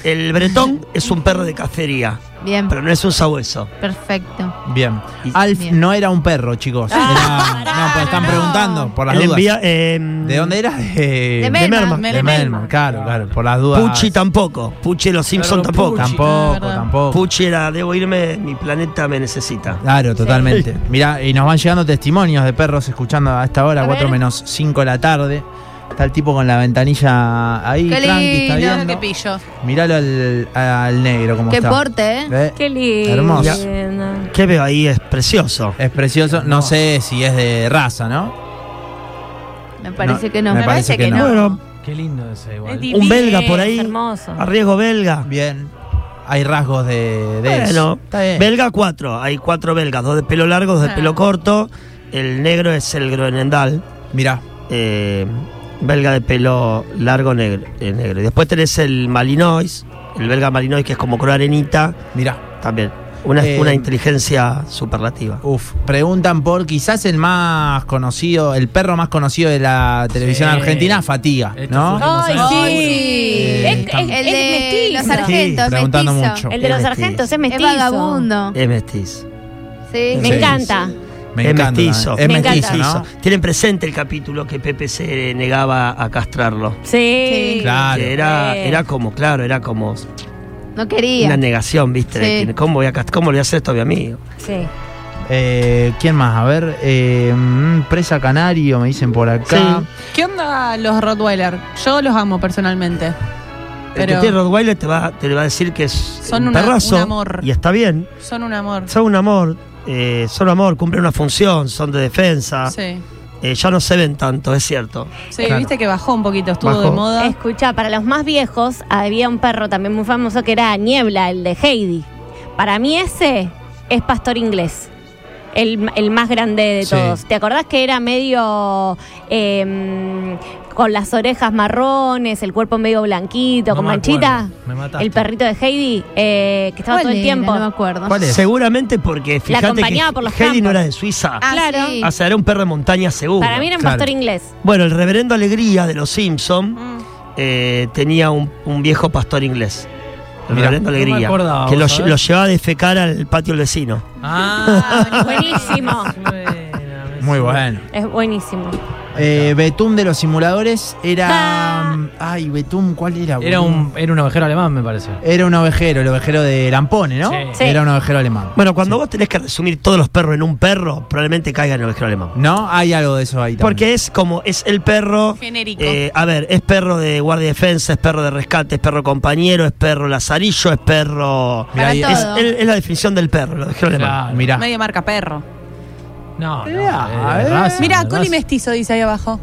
Speaker 3: El bretón es un perro de cacería,
Speaker 2: Bien.
Speaker 3: pero no es un sabueso.
Speaker 2: Perfecto.
Speaker 1: Bien.
Speaker 3: Y-
Speaker 1: Alf
Speaker 2: Bien.
Speaker 1: no era un perro, chicos.
Speaker 5: Ah,
Speaker 1: Era-
Speaker 5: pará,
Speaker 1: no, pues están
Speaker 5: no.
Speaker 1: preguntando por las
Speaker 3: El
Speaker 1: dudas.
Speaker 3: envía- eh,
Speaker 1: ¿De dónde era? De,
Speaker 2: De Melman.
Speaker 3: Melman.
Speaker 1: De
Speaker 6: De
Speaker 1: Melman,
Speaker 6: Melman.
Speaker 1: claro, claro. Por las dudas.
Speaker 3: Pucci tampoco. Pucci de los Simpson
Speaker 4: Perro
Speaker 3: tampoco.
Speaker 4: Pucci.
Speaker 1: Tampoco,
Speaker 6: Ah, verdad.
Speaker 1: tampoco.
Speaker 3: Pucci era, debo irme, mi planeta me necesita.
Speaker 1: Claro, totalmente. Mirá, y nos van llegando testimonios de perros escuchando a esta hora,
Speaker 5: A
Speaker 1: 4
Speaker 5: ver.
Speaker 1: menos 5 de la tarde. Está el tipo con la ventanilla ahí,
Speaker 2: Qué
Speaker 1: tranqui, está
Speaker 2: lindo,
Speaker 6: Mirá lo
Speaker 1: viendo.
Speaker 6: que pillo.
Speaker 1: Miralo al, al negro como
Speaker 2: Qué
Speaker 1: está.
Speaker 2: porte, ¿eh?
Speaker 1: ¿Eh?
Speaker 5: Qué lindo.
Speaker 1: Hermoso.
Speaker 3: ¿Qué veo ahí? Es precioso.
Speaker 1: Es precioso. No sé si es de raza, ¿no?
Speaker 2: Me parece
Speaker 1: No,
Speaker 2: que no.
Speaker 1: me parece que no.
Speaker 3: Bueno,
Speaker 4: Qué lindo ese igual.
Speaker 5: Es
Speaker 3: Un belga por
Speaker 5: es
Speaker 3: ahí.
Speaker 5: hermoso.
Speaker 1: Ah,
Speaker 3: Arriesgo belga.
Speaker 1: Bien. Hay rasgos de, de eso.
Speaker 3: Bueno,
Speaker 1: Está bien.
Speaker 3: belga cuatro. Hay cuatro belgas, dos de pelo largo, dos de
Speaker 6: Ah.
Speaker 3: pelo corto. El negro es el groenendal.
Speaker 1: Mirá.
Speaker 3: eh, belga de pelo largo negro, eh, negro. Y después tenés el Malinois, el belga Malinois que es como color arenita,
Speaker 1: Mirá.
Speaker 3: también. Una,
Speaker 1: Eh,
Speaker 3: una inteligencia superlativa.
Speaker 1: Uf. Preguntan por quizás el más conocido, el perro más conocido de la televisión
Speaker 4: Sí.
Speaker 1: argentina, Fatiga,
Speaker 4: Estos
Speaker 1: ¿no?
Speaker 4: últimos
Speaker 5: Ay,
Speaker 4: años.
Speaker 5: sí.
Speaker 1: Eh,
Speaker 5: Es, es-
Speaker 1: el
Speaker 2: El
Speaker 5: es
Speaker 2: de
Speaker 5: mestizo.
Speaker 2: los sargentos,
Speaker 1: Preguntando
Speaker 2: mestizo.
Speaker 1: mucho.
Speaker 5: El de los sargentos es
Speaker 2: Es
Speaker 5: mestizo.
Speaker 2: vagabundo.
Speaker 3: Es mestizo.
Speaker 2: Sí.
Speaker 5: Me
Speaker 1: Sí.
Speaker 5: encanta.
Speaker 1: Me
Speaker 3: es
Speaker 1: encanta.
Speaker 3: mestizo.
Speaker 1: Es
Speaker 5: Me
Speaker 1: mestizo,
Speaker 5: encanta.
Speaker 1: ¿no?
Speaker 3: Tienen presente el capítulo que Pepe se negaba a castrarlo.
Speaker 5: Sí.
Speaker 1: Claro.
Speaker 3: Que era,
Speaker 5: Eh.
Speaker 3: era como, claro, era como
Speaker 2: No
Speaker 3: una
Speaker 2: quería.
Speaker 3: negación, ¿viste? De
Speaker 2: Sí.
Speaker 3: que, ¿cómo, voy a cast- ¿Cómo le voy a hacer esto a mi amigo?
Speaker 5: Sí.
Speaker 1: Eh, ¿Quién más? A ver. eh, mm, presa Canario, me dicen por acá.
Speaker 6: ¿Qué onda los Rottweiler? Yo los amo personalmente.
Speaker 3: El que
Speaker 6: Pero-
Speaker 3: tiene Rottweiler te va, te va a decir que es
Speaker 6: Son
Speaker 3: un
Speaker 6: una-
Speaker 3: perrazo
Speaker 6: un amor.
Speaker 3: y está bien.
Speaker 6: Son un amor.
Speaker 3: Son un amor, eh, son amor, cumplen una función, son de defensa.
Speaker 6: Sí.
Speaker 3: Eh, ya no se ven tanto, es cierto.
Speaker 6: Sí,
Speaker 1: Claro.
Speaker 6: viste que bajó un poquito, estuvo
Speaker 3: Bajó.
Speaker 6: de moda.
Speaker 5: Escucha, para los más viejos había un perro también muy famoso que era Niebla, el de Heidi. Para mí ese es pastor inglés. El, el más grande de
Speaker 1: Sí.
Speaker 5: todos. ¿Te acordás que era medio em, con las orejas marrones, el cuerpo medio blanquito,
Speaker 4: No
Speaker 5: con
Speaker 4: me
Speaker 5: manchita?
Speaker 4: acuerdo, me mataste.
Speaker 5: El perrito de Heidi eh, que estaba
Speaker 2: ¿Cuál
Speaker 5: todo el
Speaker 2: era?
Speaker 5: tiempo.
Speaker 2: No me acuerdo.
Speaker 1: ¿Cuál es?
Speaker 3: Seguramente porque fíjate que
Speaker 5: acompañaba por los
Speaker 3: Heidi no
Speaker 5: campos.
Speaker 3: era de Suiza.
Speaker 2: Ah,
Speaker 5: Claro.
Speaker 2: sí.
Speaker 3: O sea, era un perro de montaña seguro.
Speaker 5: Uh, Para mí era un
Speaker 1: Claro.
Speaker 5: pastor inglés.
Speaker 3: Bueno, el reverendo Alegría de los Simpson
Speaker 6: Mm.
Speaker 3: eh, tenía un, un viejo pastor inglés. El
Speaker 1: Mirá.
Speaker 3: reverendo
Speaker 4: No me
Speaker 3: Alegría.
Speaker 4: acordaba,
Speaker 3: que lo,
Speaker 4: ¿vos
Speaker 3: lle-
Speaker 4: sabés?
Speaker 3: lo llevaba a defecar al patio del vecino.
Speaker 4: Ah, [laughs]
Speaker 5: Buenísimo.
Speaker 1: Muy bueno.
Speaker 5: Es buenísimo.
Speaker 1: Eh, Betum de los simuladores era. mm,
Speaker 5: Ah.
Speaker 1: Ay, Betum, ¿cuál era?
Speaker 4: Era
Speaker 1: boludo?
Speaker 4: un, era un ovejero alemán, me parece.
Speaker 1: Era un ovejero, el ovejero de Lampone, ¿no?
Speaker 4: Sí.
Speaker 5: Sí.
Speaker 1: Era un ovejero alemán.
Speaker 3: Bueno, cuando vos tenés que resumir todos los perros en un perro, probablemente caiga en el ovejero alemán.
Speaker 1: ¿No? Hay algo de eso ahí también.
Speaker 3: Porque es como, es el perro.
Speaker 6: Genérico.
Speaker 3: Eh, a ver, es perro de guardia y defensa, es perro de rescate, es perro compañero, es perro lazarillo, es perro.
Speaker 2: Para
Speaker 1: ahí-
Speaker 2: todo.
Speaker 3: Es, es- es la definición del perro, lo dejé alemán.
Speaker 4: Claro.
Speaker 1: Mirá.
Speaker 6: Media marca perro.
Speaker 4: No, no,
Speaker 1: Mirá,
Speaker 4: eh,
Speaker 1: eh.
Speaker 4: raza,
Speaker 6: Mira,
Speaker 4: raza.
Speaker 6: Coli Mestizo dice ahí abajo.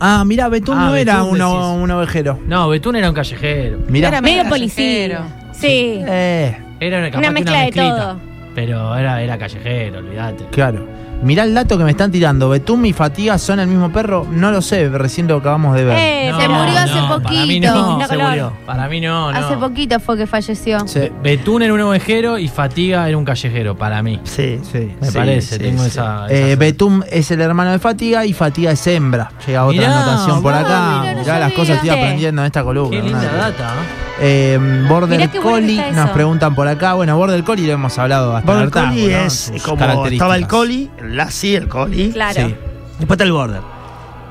Speaker 1: Ah, mirá, Betum
Speaker 4: Ah,
Speaker 1: no era
Speaker 4: Betum
Speaker 1: un,
Speaker 4: decís.
Speaker 1: o- un ovejero.
Speaker 4: No, Betún era un callejero.
Speaker 1: Mirá.
Speaker 6: Era
Speaker 5: Medio
Speaker 6: medio
Speaker 5: policía.
Speaker 6: callejero.
Speaker 5: Sí.
Speaker 1: Eh,
Speaker 4: Era una, capaz
Speaker 5: Una
Speaker 4: que
Speaker 5: mezcla de
Speaker 4: mezclita,
Speaker 5: todo.
Speaker 4: Pero era, era callejero, olvídate.
Speaker 1: claro. Mirá el dato que me están tirando. ¿Betum y Fatiga son el mismo perro? No lo sé, recién lo acabamos de ver.
Speaker 5: Eh,
Speaker 2: se murió hace
Speaker 4: Para mí
Speaker 2: poquito.
Speaker 4: no,
Speaker 5: Distinta
Speaker 4: se
Speaker 5: color.
Speaker 4: murió. Para mí no, no.
Speaker 2: Hace poquito fue que falleció.
Speaker 1: Sí,
Speaker 4: Betún era un ovejero y Fatiga era un callejero, para mí.
Speaker 3: Sí.
Speaker 1: sí.
Speaker 4: Me
Speaker 3: Sí,
Speaker 4: parece,
Speaker 3: sí,
Speaker 4: tengo
Speaker 3: sí.
Speaker 4: esa. esa
Speaker 1: Eh, Betum es el hermano de Fatiga y Fatiga es hembra. Llega otra
Speaker 4: Mirá,
Speaker 1: anotación por
Speaker 5: Ah,
Speaker 4: mirá,
Speaker 1: acá.
Speaker 2: mirá, no
Speaker 1: Mirá las
Speaker 2: sabía.
Speaker 1: cosas que estoy
Speaker 5: Sí.
Speaker 1: aprendiendo en esta columna.
Speaker 4: Qué linda
Speaker 1: ¿no?
Speaker 4: data.
Speaker 1: Eh, Border
Speaker 5: Mirá qué bueno
Speaker 1: Collie,
Speaker 5: que está
Speaker 1: nos
Speaker 5: eso.
Speaker 1: preguntan por acá. Bueno, Border Collie lo hemos hablado hasta
Speaker 3: Border
Speaker 1: el hartazgo,
Speaker 3: Collie
Speaker 1: ¿no?
Speaker 3: es
Speaker 1: Sus
Speaker 3: como
Speaker 1: características.
Speaker 3: estaba el Collie, el Lassie, el Collie.
Speaker 5: Claro.
Speaker 1: Sí.
Speaker 3: Después está el Border,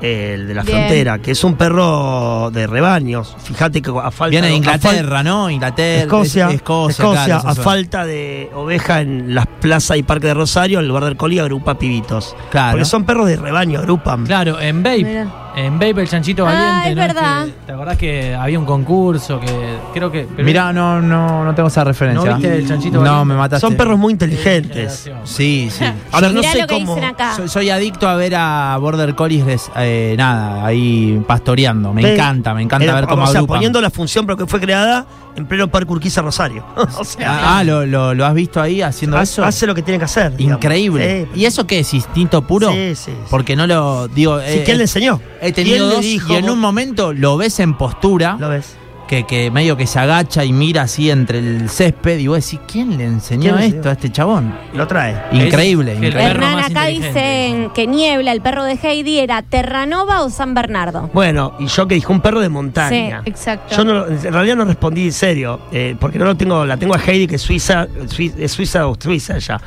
Speaker 3: el de la
Speaker 2: Bien.
Speaker 3: frontera, que es un perro de rebaños. Fíjate que a falta
Speaker 1: Viene de
Speaker 3: a fal-
Speaker 1: Inglaterra, ¿no? Inglaterra,
Speaker 3: Escocia,
Speaker 1: es- Escocia,
Speaker 3: Escocia,
Speaker 1: claro, esa
Speaker 3: a
Speaker 1: zona.
Speaker 3: falta de oveja en las plazas y parques de Rosario, el Border Collie agrupa pibitos.
Speaker 1: Claro.
Speaker 3: Porque son perros de rebaño, agrupan.
Speaker 4: Claro, en Vape. En Vape el chanchito
Speaker 5: Ah,
Speaker 4: valiente.
Speaker 5: es
Speaker 4: ¿no?
Speaker 5: verdad.
Speaker 4: Que- ¿Te acordás que había un concurso que creo que. pero-
Speaker 1: Mirá, no, no, no tengo esa referencia.
Speaker 4: ¿No viste el chanchito
Speaker 1: No,
Speaker 4: valiente?
Speaker 1: me mataste.
Speaker 3: Son perros muy
Speaker 4: Qué
Speaker 3: inteligentes.
Speaker 4: generación.
Speaker 1: Sí,
Speaker 4: [laughs]
Speaker 1: sí.
Speaker 3: A ver, no
Speaker 5: Mirá
Speaker 3: sé
Speaker 5: lo que
Speaker 3: cómo.
Speaker 5: dicen acá.
Speaker 1: Soy, soy adicto a ver a Border Collies, les- eh, nada, ahí pastoreando. Me
Speaker 3: Ve-
Speaker 1: encanta, me encanta
Speaker 3: Era-
Speaker 1: ver cómo
Speaker 3: Eh, O sea,
Speaker 1: agrupan.
Speaker 3: poniendo la función para lo que fue creada en pleno Parque Urquiza Rosario. [laughs] o sea,
Speaker 1: Ah, ah, lo, lo- lo has visto ahí haciendo
Speaker 3: hace,
Speaker 1: eso.
Speaker 3: hace lo que tiene que hacer. digamos.
Speaker 1: Increíble.
Speaker 3: Sí,
Speaker 1: ¿Y eso qué es? ¿Instinto puro?
Speaker 3: Sí, sí, sí.
Speaker 1: Porque no lo. Digo,
Speaker 3: Sí,
Speaker 1: eh,
Speaker 3: ¿Quién le enseñó?
Speaker 1: He
Speaker 3: ¿Quién
Speaker 1: tenido
Speaker 3: le
Speaker 1: dos
Speaker 3: dijo
Speaker 1: y en
Speaker 3: vos-
Speaker 1: un momento lo ves en postura,
Speaker 3: Lo ves.
Speaker 1: que, que medio que se agacha y mira así entre el césped y vos decís, ¿quién le enseñó
Speaker 3: ¿Quién le
Speaker 1: esto
Speaker 3: enseñó?
Speaker 1: a este chabón?
Speaker 3: Lo trae.
Speaker 1: Increíble,
Speaker 4: Es-
Speaker 1: increíble.
Speaker 4: El perro
Speaker 5: Hernán,
Speaker 4: más
Speaker 5: acá
Speaker 4: inteligente.
Speaker 5: dicen que Niebla, el perro de Heidi, era Terranova o San Bernardo.
Speaker 3: Bueno, y yo que dije un perro de montaña.
Speaker 2: Exacto.
Speaker 3: Yo no- en realidad no respondí en serio, eh, porque no lo tengo, la tengo a Heidi que es suiza, sui- es suiza o suiza ya.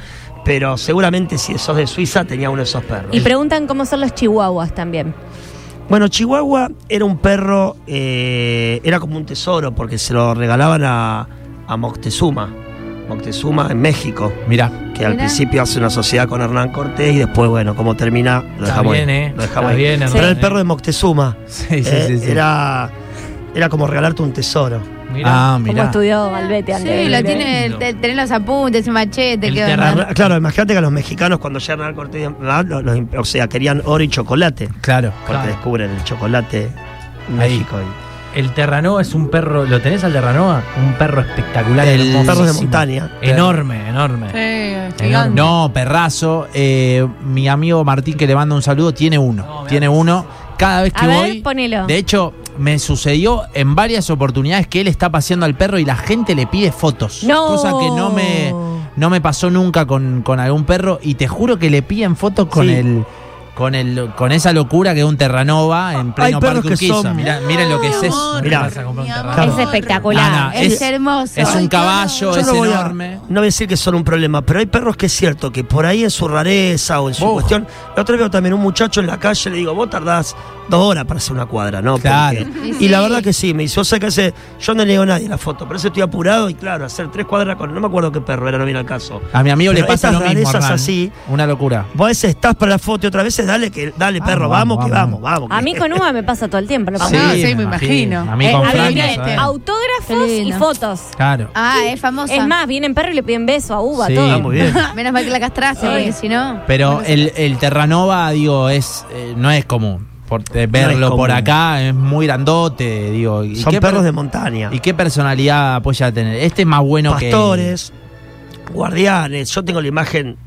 Speaker 3: Pero seguramente si sos de Suiza tenía uno de esos perros.
Speaker 5: Y preguntan cómo son los chihuahuas también.
Speaker 3: Bueno, Chihuahua era un perro, eh, era como un tesoro, porque se lo regalaban a, a Moctezuma, Moctezuma en México,
Speaker 1: Mirá, [laughs]
Speaker 3: que al
Speaker 2: Mirá.
Speaker 3: principio hace una sociedad con Hernán Cortés y después, bueno, cómo termina, lo
Speaker 4: Está
Speaker 3: dejamos
Speaker 4: bien,
Speaker 3: ahí,
Speaker 4: ¿eh?
Speaker 3: lo dejamos
Speaker 4: Está
Speaker 3: ahí.
Speaker 4: bien,
Speaker 3: Pero
Speaker 4: Hernán,
Speaker 3: el perro
Speaker 4: eh.
Speaker 3: de Moctezuma
Speaker 1: sí, sí,
Speaker 3: eh,
Speaker 1: sí. sí.
Speaker 3: Era, era como regalarte un tesoro.
Speaker 1: ah,
Speaker 4: Mirá.
Speaker 5: ¿Cómo
Speaker 1: mirá.
Speaker 5: estudió Valvete
Speaker 2: Sí,
Speaker 5: antes?
Speaker 2: lo
Speaker 5: de venir, eh?
Speaker 2: tiene,
Speaker 4: lindo.
Speaker 2: te- tenés los apuntes, el machete.
Speaker 4: El
Speaker 2: que-
Speaker 4: terra-
Speaker 3: Arra- Claro, imagínate que a los mexicanos cuando ya Hernán Cortés, ¿verdad? Los- los- o sea, querían oro y chocolate,
Speaker 1: Claro.
Speaker 3: porque
Speaker 4: Claro.
Speaker 3: descubren el chocolate
Speaker 1: Ahí.
Speaker 3: México. ahí.
Speaker 4: El Terranoa es un perro. ¿Lo tenés al Terranoa? Un perro espectacular.
Speaker 1: El-
Speaker 4: hermosísimo.
Speaker 3: Perros de montaña.
Speaker 4: Enorme, enorme.
Speaker 6: Sí,
Speaker 1: Enorme.
Speaker 6: gigante.
Speaker 1: No, perrazo. Eh, mi amigo Martín, que le manda un saludo, tiene uno.
Speaker 4: No, me
Speaker 1: tiene
Speaker 4: da
Speaker 1: uno. Cada vez que
Speaker 5: A ver,
Speaker 1: voy.
Speaker 5: ponelo.
Speaker 1: De hecho, me sucedió en varias oportunidades que él está paseando al perro y la gente le pide fotos.
Speaker 5: No.
Speaker 1: Cosa que no me, no me pasó nunca con, con algún perro. Y te juro que le piden fotos con
Speaker 3: Sí.
Speaker 1: el. Con, el, con esa locura que es un Terranova en pleno
Speaker 3: perros
Speaker 1: Parque
Speaker 3: que
Speaker 1: Urquiza.
Speaker 3: son-
Speaker 1: Mirá- miren lo que es eso.
Speaker 3: Mirá.
Speaker 4: Vas a comprar un Terranoa.
Speaker 5: Es espectacular.
Speaker 1: No, no,
Speaker 2: es,
Speaker 1: es-
Speaker 2: hermoso.
Speaker 1: Es un caballo,
Speaker 3: Yo
Speaker 1: es
Speaker 3: no voy a-
Speaker 1: enorme.
Speaker 3: No voy a decir que son un problema, pero hay perros que es cierto que por ahí en su rareza o en su
Speaker 1: Uf.
Speaker 3: cuestión. La otra vez veo también un muchacho en la calle, le digo, vos tardás dos horas para hacer una cuadra, ¿no? Porque-
Speaker 1: Claro.
Speaker 2: Y
Speaker 3: Y la
Speaker 2: sí.
Speaker 3: verdad que sí, me hizo, o sea que hace- yo no le digo a nadie la foto, pero eso estoy apurado y claro, hacer tres cuadras con, no me acuerdo qué perro era, no viene al caso.
Speaker 1: A mi amigo le
Speaker 3: Pero
Speaker 1: pasa
Speaker 3: estas
Speaker 1: lo mismo.
Speaker 3: rarezas
Speaker 1: Hernán.
Speaker 3: así-
Speaker 1: Una locura.
Speaker 3: Vos a veces estás para la foto y otra vez es, dale, que, dale
Speaker 1: Vamos,
Speaker 3: perro, vamos, que vamos,
Speaker 1: vamos,
Speaker 3: vamos.
Speaker 5: A
Speaker 3: que-
Speaker 5: mí con Uma me pasa todo el tiempo. no pasa
Speaker 6: Sí.
Speaker 5: nada.
Speaker 6: me imagino.
Speaker 1: A mí
Speaker 5: Eh,
Speaker 1: con
Speaker 5: a mí
Speaker 1: Fran,
Speaker 5: vienen
Speaker 1: ¿sabes?
Speaker 5: autógrafos
Speaker 2: Qué
Speaker 5: y
Speaker 2: lindo.
Speaker 5: fotos.
Speaker 1: Claro.
Speaker 2: Ah, es famosa.
Speaker 5: Es más, vienen perros y le piden beso a uva,
Speaker 1: Sí.
Speaker 5: todo.
Speaker 3: Ah, muy
Speaker 5: [laughs]
Speaker 3: bien.
Speaker 2: Menos mal que la castraste,
Speaker 5: Sí.
Speaker 2: porque si no.
Speaker 1: Pero el, el Terranova, digo, es eh, no es común. Por, eh, verlo
Speaker 3: común.
Speaker 1: por acá es muy grandote, digo. ¿y
Speaker 3: Son
Speaker 1: qué
Speaker 3: perros de
Speaker 1: per-
Speaker 3: montaña.
Speaker 1: ¿Y qué personalidad apoya tener? Este es más bueno
Speaker 3: pastores, guardianes. Yo tengo la imagen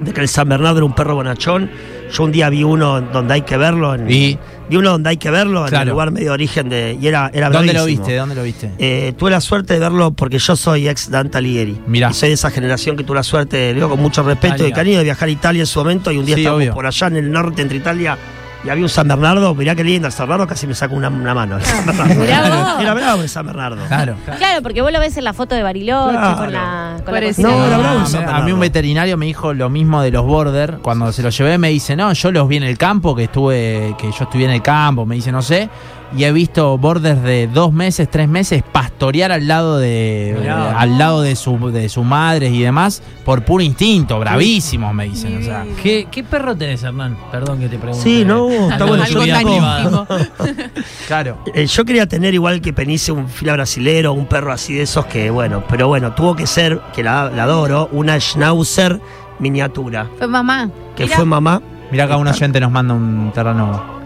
Speaker 3: de que el San Bernardo era un perro bonachón. Yo un día vi uno donde hay que verlo. En,
Speaker 1: que. ¿Y
Speaker 3: Vi uno donde hay que verlo en el
Speaker 1: Claro.
Speaker 3: lugar medio de origen de. Y era, era
Speaker 1: dónde lo
Speaker 3: bravísimo.
Speaker 1: viste? ¿Dónde lo viste?
Speaker 3: Eh, tuve la suerte de verlo porque yo soy ex Dan Talieri.
Speaker 1: Mirá.
Speaker 3: Y soy de esa generación que tuve la suerte, digo, con mucho respeto y
Speaker 1: Italia.
Speaker 3: cariño, de viajar a Italia en su momento. Y un día
Speaker 1: Sí,
Speaker 3: estábamos
Speaker 1: obvio.
Speaker 3: por allá en el norte, entre Italia, y había un San Bernardo. Mirá qué lindo el San Bernardo, casi me sacó una, una mano. el [laughs] San Bernardo.
Speaker 5: Ah, Mirá vos.
Speaker 3: Era bravo el San Bernardo.
Speaker 1: Claro.
Speaker 5: Claro, porque vos lo ves en la foto de Bariloche
Speaker 3: Claro.
Speaker 5: con la. Con la
Speaker 6: Pobrecito.
Speaker 3: No,
Speaker 5: cosita.
Speaker 3: la
Speaker 1: Ah,
Speaker 3: bravo
Speaker 1: a
Speaker 3: es
Speaker 1: mí-
Speaker 3: San
Speaker 1: a mí
Speaker 3: Bernardo.
Speaker 1: un veterinario me dijo lo mismo de los border. Cuando se los llevé me dice, no, yo los vi en el campo, que estuve, que yo estuve en el campo, me dice, no sé. Y he visto borders de dos meses, tres meses, pastorear al lado de,
Speaker 4: Mirá.
Speaker 1: al lado de su, de sus madres y demás, por puro instinto, bravísimos, me dicen. O sea,
Speaker 4: ¿Qué, qué perro tenés, Hernán? Perdón que te pregunte.
Speaker 3: Sí, no, está
Speaker 4: Algo
Speaker 3: bueno,
Speaker 4: de tu
Speaker 3: yo
Speaker 4: vida
Speaker 3: tampoco.
Speaker 4: privada.
Speaker 1: claro.
Speaker 3: Eh, yo quería tener igual que Penice un fila brasilero, un perro así de esos que, bueno, pero bueno, tuvo que ser, que la, la adoro, una Schnauzer miniatura,
Speaker 2: Fue mamá.
Speaker 3: que fue mamá.
Speaker 1: Mira acá un oyente nos manda un terrano.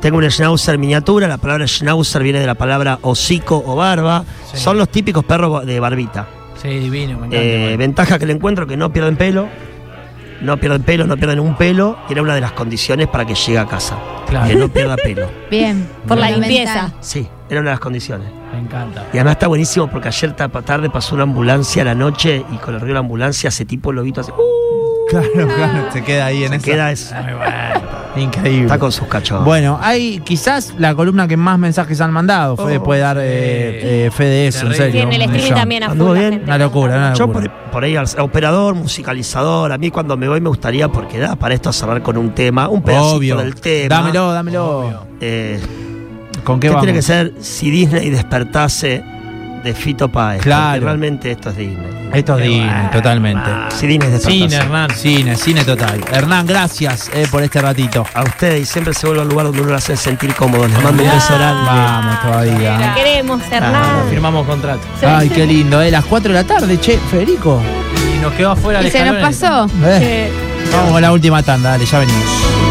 Speaker 3: Tengo una Schnauzer miniatura, la palabra Schnauzer viene de la palabra hocico o barba.
Speaker 4: Sí.
Speaker 3: Son los típicos perros de barbita.
Speaker 4: Sí, divino, me encanta.
Speaker 3: Eh,
Speaker 4: igual.
Speaker 3: ventaja que le encuentro que no pierden pelo, no pierden pelo, no pierden un pelo, y era una de las condiciones para que llegue a casa,
Speaker 1: Ah.
Speaker 3: que
Speaker 4: Claro,
Speaker 3: no
Speaker 1: [laughs]
Speaker 3: pierda pelo.
Speaker 2: Bien.
Speaker 5: Por la
Speaker 2: Fundamental.
Speaker 5: limpieza.
Speaker 3: Sí, era una de las condiciones.
Speaker 4: me encanta.
Speaker 3: Y además está buenísimo porque ayer ta- tarde pasó una ambulancia a la noche y con el río de la ambulancia ese tipo lobito hace. "Uh",
Speaker 1: Claro, claro. Se queda ahí en
Speaker 3: se
Speaker 1: esa-
Speaker 3: queda es-
Speaker 4: Muy bueno.
Speaker 1: Increíble.
Speaker 3: Está con sus cachorros.
Speaker 1: Bueno, hay quizás la columna que más mensajes han mandado. Fue
Speaker 3: Oh,
Speaker 1: después de dar
Speaker 4: sí.
Speaker 1: eh, eh, fe de eso, en
Speaker 4: Terrible.
Speaker 1: serio.
Speaker 5: Sí, en el
Speaker 1: un
Speaker 5: streaming
Speaker 1: millón.
Speaker 5: también a
Speaker 3: Anduvo
Speaker 5: full la
Speaker 3: bien.
Speaker 5: gente.
Speaker 1: Una locura, una
Speaker 3: Yo
Speaker 1: locura.
Speaker 3: por, por ahí al al operador, musicalizador, a mí cuando me voy me gustaría porque da para esto cerrar con un tema, un pedacito
Speaker 1: Obvio.
Speaker 3: del tema.
Speaker 1: Dámelo, dámelo.
Speaker 4: Obvio.
Speaker 3: Eh,
Speaker 1: ¿Con qué,
Speaker 3: ¿Qué,
Speaker 1: vamos?
Speaker 3: tiene que ser si Disney despertase de Fito Páez?
Speaker 1: Claro. Eh,
Speaker 3: Porque realmente esto es Disney.
Speaker 1: Esto es
Speaker 4: Qué
Speaker 1: Disney,
Speaker 4: bueno.
Speaker 1: totalmente.
Speaker 3: Si Disney despertase.
Speaker 4: Cine, Hernán.
Speaker 1: Cine, cine total. Hernán, gracias eh, por este ratito.
Speaker 3: A ustedes y siempre se vuelve al lugar donde uno lo hace sentir cómodo. Les mando un beso grande.
Speaker 1: Vamos
Speaker 5: Te
Speaker 1: todavía.
Speaker 5: queremos,
Speaker 3: Ah,
Speaker 5: Hernán.
Speaker 4: Firmamos contrato.
Speaker 1: Ay, qué lindo, eh. Las 4 de la tarde, che, Federico.
Speaker 4: Y nos quedó afuera
Speaker 2: Y se nos
Speaker 4: Alejandro en el-
Speaker 2: pasó.
Speaker 1: Eh, Vamos con la última tanda, dale, ya venimos.